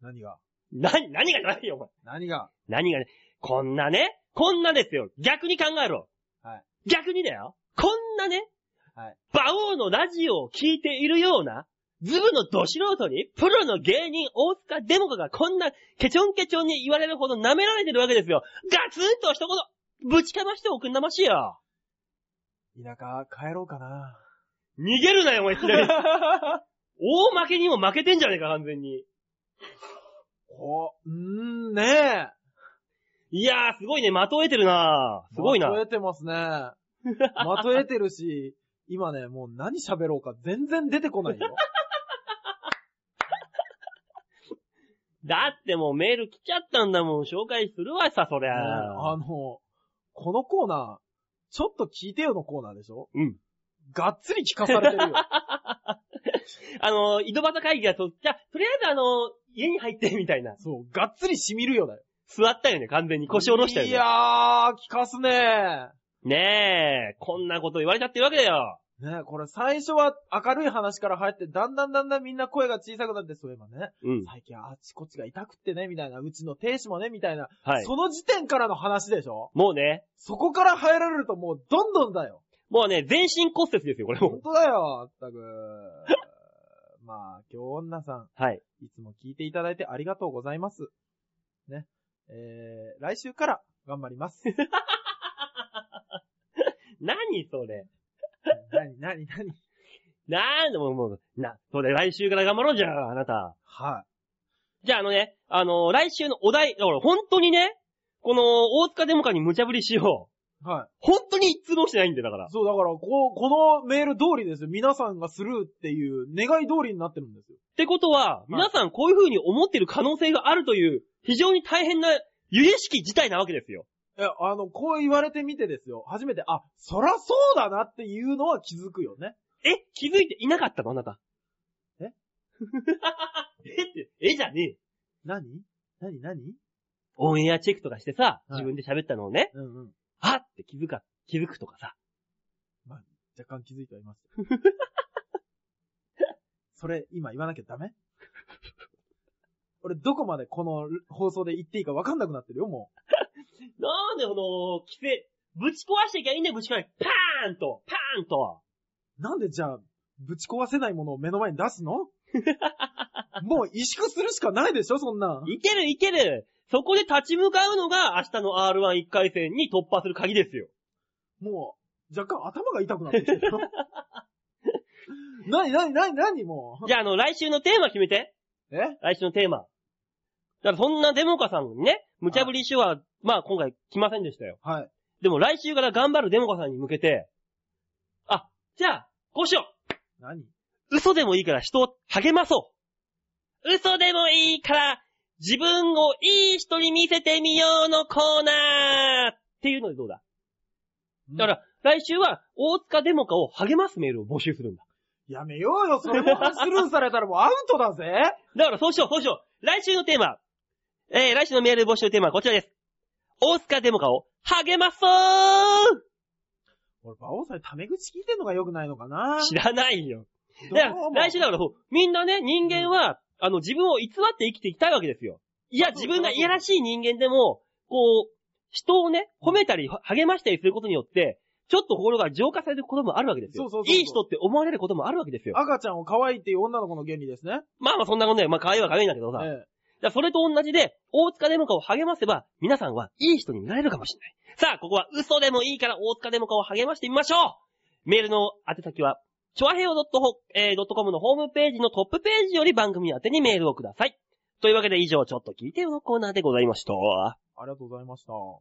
Speaker 2: 何が
Speaker 1: な、何がじゃないよ、お前。
Speaker 2: 何が
Speaker 1: 何がね、こんなね、こんなですよ。逆に考えろ。
Speaker 2: はい
Speaker 1: 逆にだよ。こんなね、
Speaker 2: はい。
Speaker 1: 馬王のラジオを聞いているような、ズブのド素人に、プロの芸人大塚デモカがこんな、ケチョンケチョンに言われるほど舐められてるわけですよ。ガツンと一言、ぶちかましておくんなましよ。
Speaker 2: 田舎帰ろうかな。
Speaker 1: 逃げるなよ、お前、いきな り。大負けにも負けてんじゃねえか、完全に。
Speaker 2: こう、んーねえ。
Speaker 1: いやー、すごいね、まとえてるなすごいな。
Speaker 2: まとえてま すね。まとえてるし、今ね、もう何喋ろうか全然出てこないよ。
Speaker 1: だってもうメール来ちゃったんだもん、紹介するわさ、そり
Speaker 2: ねえ
Speaker 1: ゃ。
Speaker 2: あの、このコーナー、ちょっと聞いてよのコーナーでしょ
Speaker 1: うん。
Speaker 2: がっつり聞かされ てるよ。
Speaker 1: あの、井戸端会議がと、じゃあ、とりあえずあの、家に入って、みたいな。
Speaker 2: そう、がっつり染みるよだよ。
Speaker 1: 座ったよね、完全に。腰下ろしたよ
Speaker 2: い
Speaker 1: ね。
Speaker 2: やー、聞かすね
Speaker 1: ねえ、こんなこと言われちゃってるわけだよ。
Speaker 2: え。ねえ、これ最初は明るい話から入って、だんだんだんだんみんな声が小さくなって、そういえばね、
Speaker 1: うん。
Speaker 2: 最近あっちこっちが痛くってね、みたいな、うちの亭主もね、みたいな、
Speaker 1: はい。
Speaker 2: その時点からの話でしょ
Speaker 1: もうね、
Speaker 2: そこから入られるともうどんどんだよ。
Speaker 1: もうね、全身骨折ですよ、これも
Speaker 2: 本
Speaker 1: う。
Speaker 2: 当だよ、まったく。 まあ、今日女さ
Speaker 1: はい。
Speaker 2: ん、いつも聞いていただいてありがとうございます。ね。えー、来週から頑張り ます。
Speaker 1: 何それ。
Speaker 2: なになになに
Speaker 1: なんでもう、もう、な、それ来週から頑張ろうじゃん、あなた。
Speaker 2: は
Speaker 1: じゃああのね、あの来週のお題、だから本当にね、この、大塚デモカに無茶ぶりしよう。
Speaker 2: い。は
Speaker 1: 本当に一通もしてないんだよ、だから
Speaker 2: い。。そう、だから、こう、このメール通りですよ。皆さんがスルーっていう願い通りになってるんですよ。
Speaker 1: ってことは、皆さんこういう風に思ってる可能性があるという、非常に大変な、ゆえしき事態なわけですよ。
Speaker 2: え、あの、こう言われてみてですよ。初めて、あ、そらそうだなっていうのは気づくよね。
Speaker 1: え気づいていなかったのあなた。
Speaker 2: え
Speaker 1: えって、えじゃねえ。
Speaker 2: なになになに
Speaker 1: オンエアチェックとかしてさ、
Speaker 2: はい
Speaker 1: 自分で喋ったのをね、
Speaker 2: うんうん。
Speaker 1: はっって気づか、気づくとかさ。
Speaker 2: 若干気づいてはいます。 それ、今言わなきゃダメ俺、どこまでこの放送で言っていいか分かんなくなってるよ、も
Speaker 1: なんでこの、規制、ぶち壊していきゃいいんだよ、ぶち壊して。パーンと、パーンと。
Speaker 2: う。なんでじゃあ、ぶち壊せないものを目の前に出すのもう萎縮するしかないでしょ、そんなん。
Speaker 1: いけるいけるそこで立ち向かうのが明日の R11 回戦に突破する鍵ですよ。
Speaker 2: もう、若干頭が痛くなってきてるよ。なになになになにも
Speaker 1: じゃあ、あの、来週のテーマ決めて。
Speaker 2: う。え
Speaker 1: 来週のテーマ。だからそんなデモカさんにね、無茶ぶりしようは、まあ今回来ませんでしたよ。
Speaker 2: はい。
Speaker 1: でも来週から頑張るデモカさんに向けて、あ、じゃあ、こうしよ
Speaker 2: 何
Speaker 1: う嘘でもいいから人を励まそう嘘でもいいから、自分をいい人に見せてみようのコーナーっていうのでどうだだか、ら、来週は、大塚デモカを励ますメールを募集するんだ。
Speaker 2: やめようよ、それもスルーされたらもうアウトだぜ。
Speaker 1: だからそうしよう、そうしよう。来週のテーマ。えー、来週のメール募集テーマはこちらです。大塚デモカを励ます
Speaker 2: 俺、馬王さん、タメ口聞いてんのが良くないのかな
Speaker 1: 知らないよ。
Speaker 2: ど
Speaker 1: だから
Speaker 2: うも、
Speaker 1: 来週だから、みんなね、人間は、あの、自分を偽って生きていきたいわけですよ。いや、自分がいやらしい人間でも、こう、人をね、褒めたり、は励ましたりすることによって、ちょっと心が浄化されることもあるわけですよ。
Speaker 2: そうそうそうそう
Speaker 1: いい人って思われることもあるわけですよ。
Speaker 2: 赤ちゃんを可愛いっていう女の子の原理ですね。
Speaker 1: まあまあそんなことね、まあ可愛いは可愛いんだけどさ。だか
Speaker 2: ええ
Speaker 1: らそれと同じで、大塚デモカを励ませば、皆さんはいい人になれるかもしれない。さあ、ここは嘘でもいいから大塚デモカを励ましてみましょうメールの宛先は、ちょわへよ .com のホームページのトップページより番組宛てにメールをください。というわけで以上、ちょっと聞いてよのコーナーでございました。
Speaker 2: ありがとうございました。は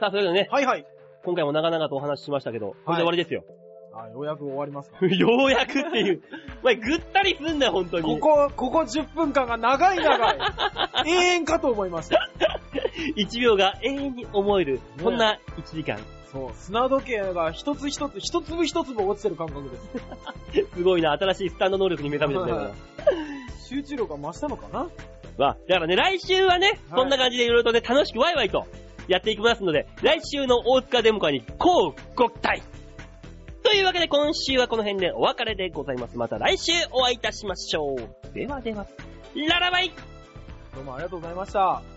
Speaker 1: さあ、それではね、
Speaker 2: いはい。
Speaker 1: 今回も長々とお話ししましたけど、これで終わりですよ。
Speaker 2: あようやく終わりますか。
Speaker 1: よう やくって いう。お前、ぐったりすんだよ、本当に。
Speaker 2: ここ、ここ10分間が長い長 い。永遠かと思いました。
Speaker 1: 1秒が永遠に思える、そんな1時間。
Speaker 2: そう、砂時計が一つ一つ、一粒一粒落ちてる感覚です。
Speaker 1: すごいな、新しいスタンド能力に目覚めてたよな。
Speaker 2: 集中力が増したのかな
Speaker 1: まあ、だからね、来週はね、そんな感じでいろいろとね、楽しくワイワイとやっていきますので、来週の大塚デモカに、こうご期待というわけで今週はこの辺でお別れでございます。また来週お会いいたしましょう。ではでは、ララバイ
Speaker 2: どうもありがとうございました。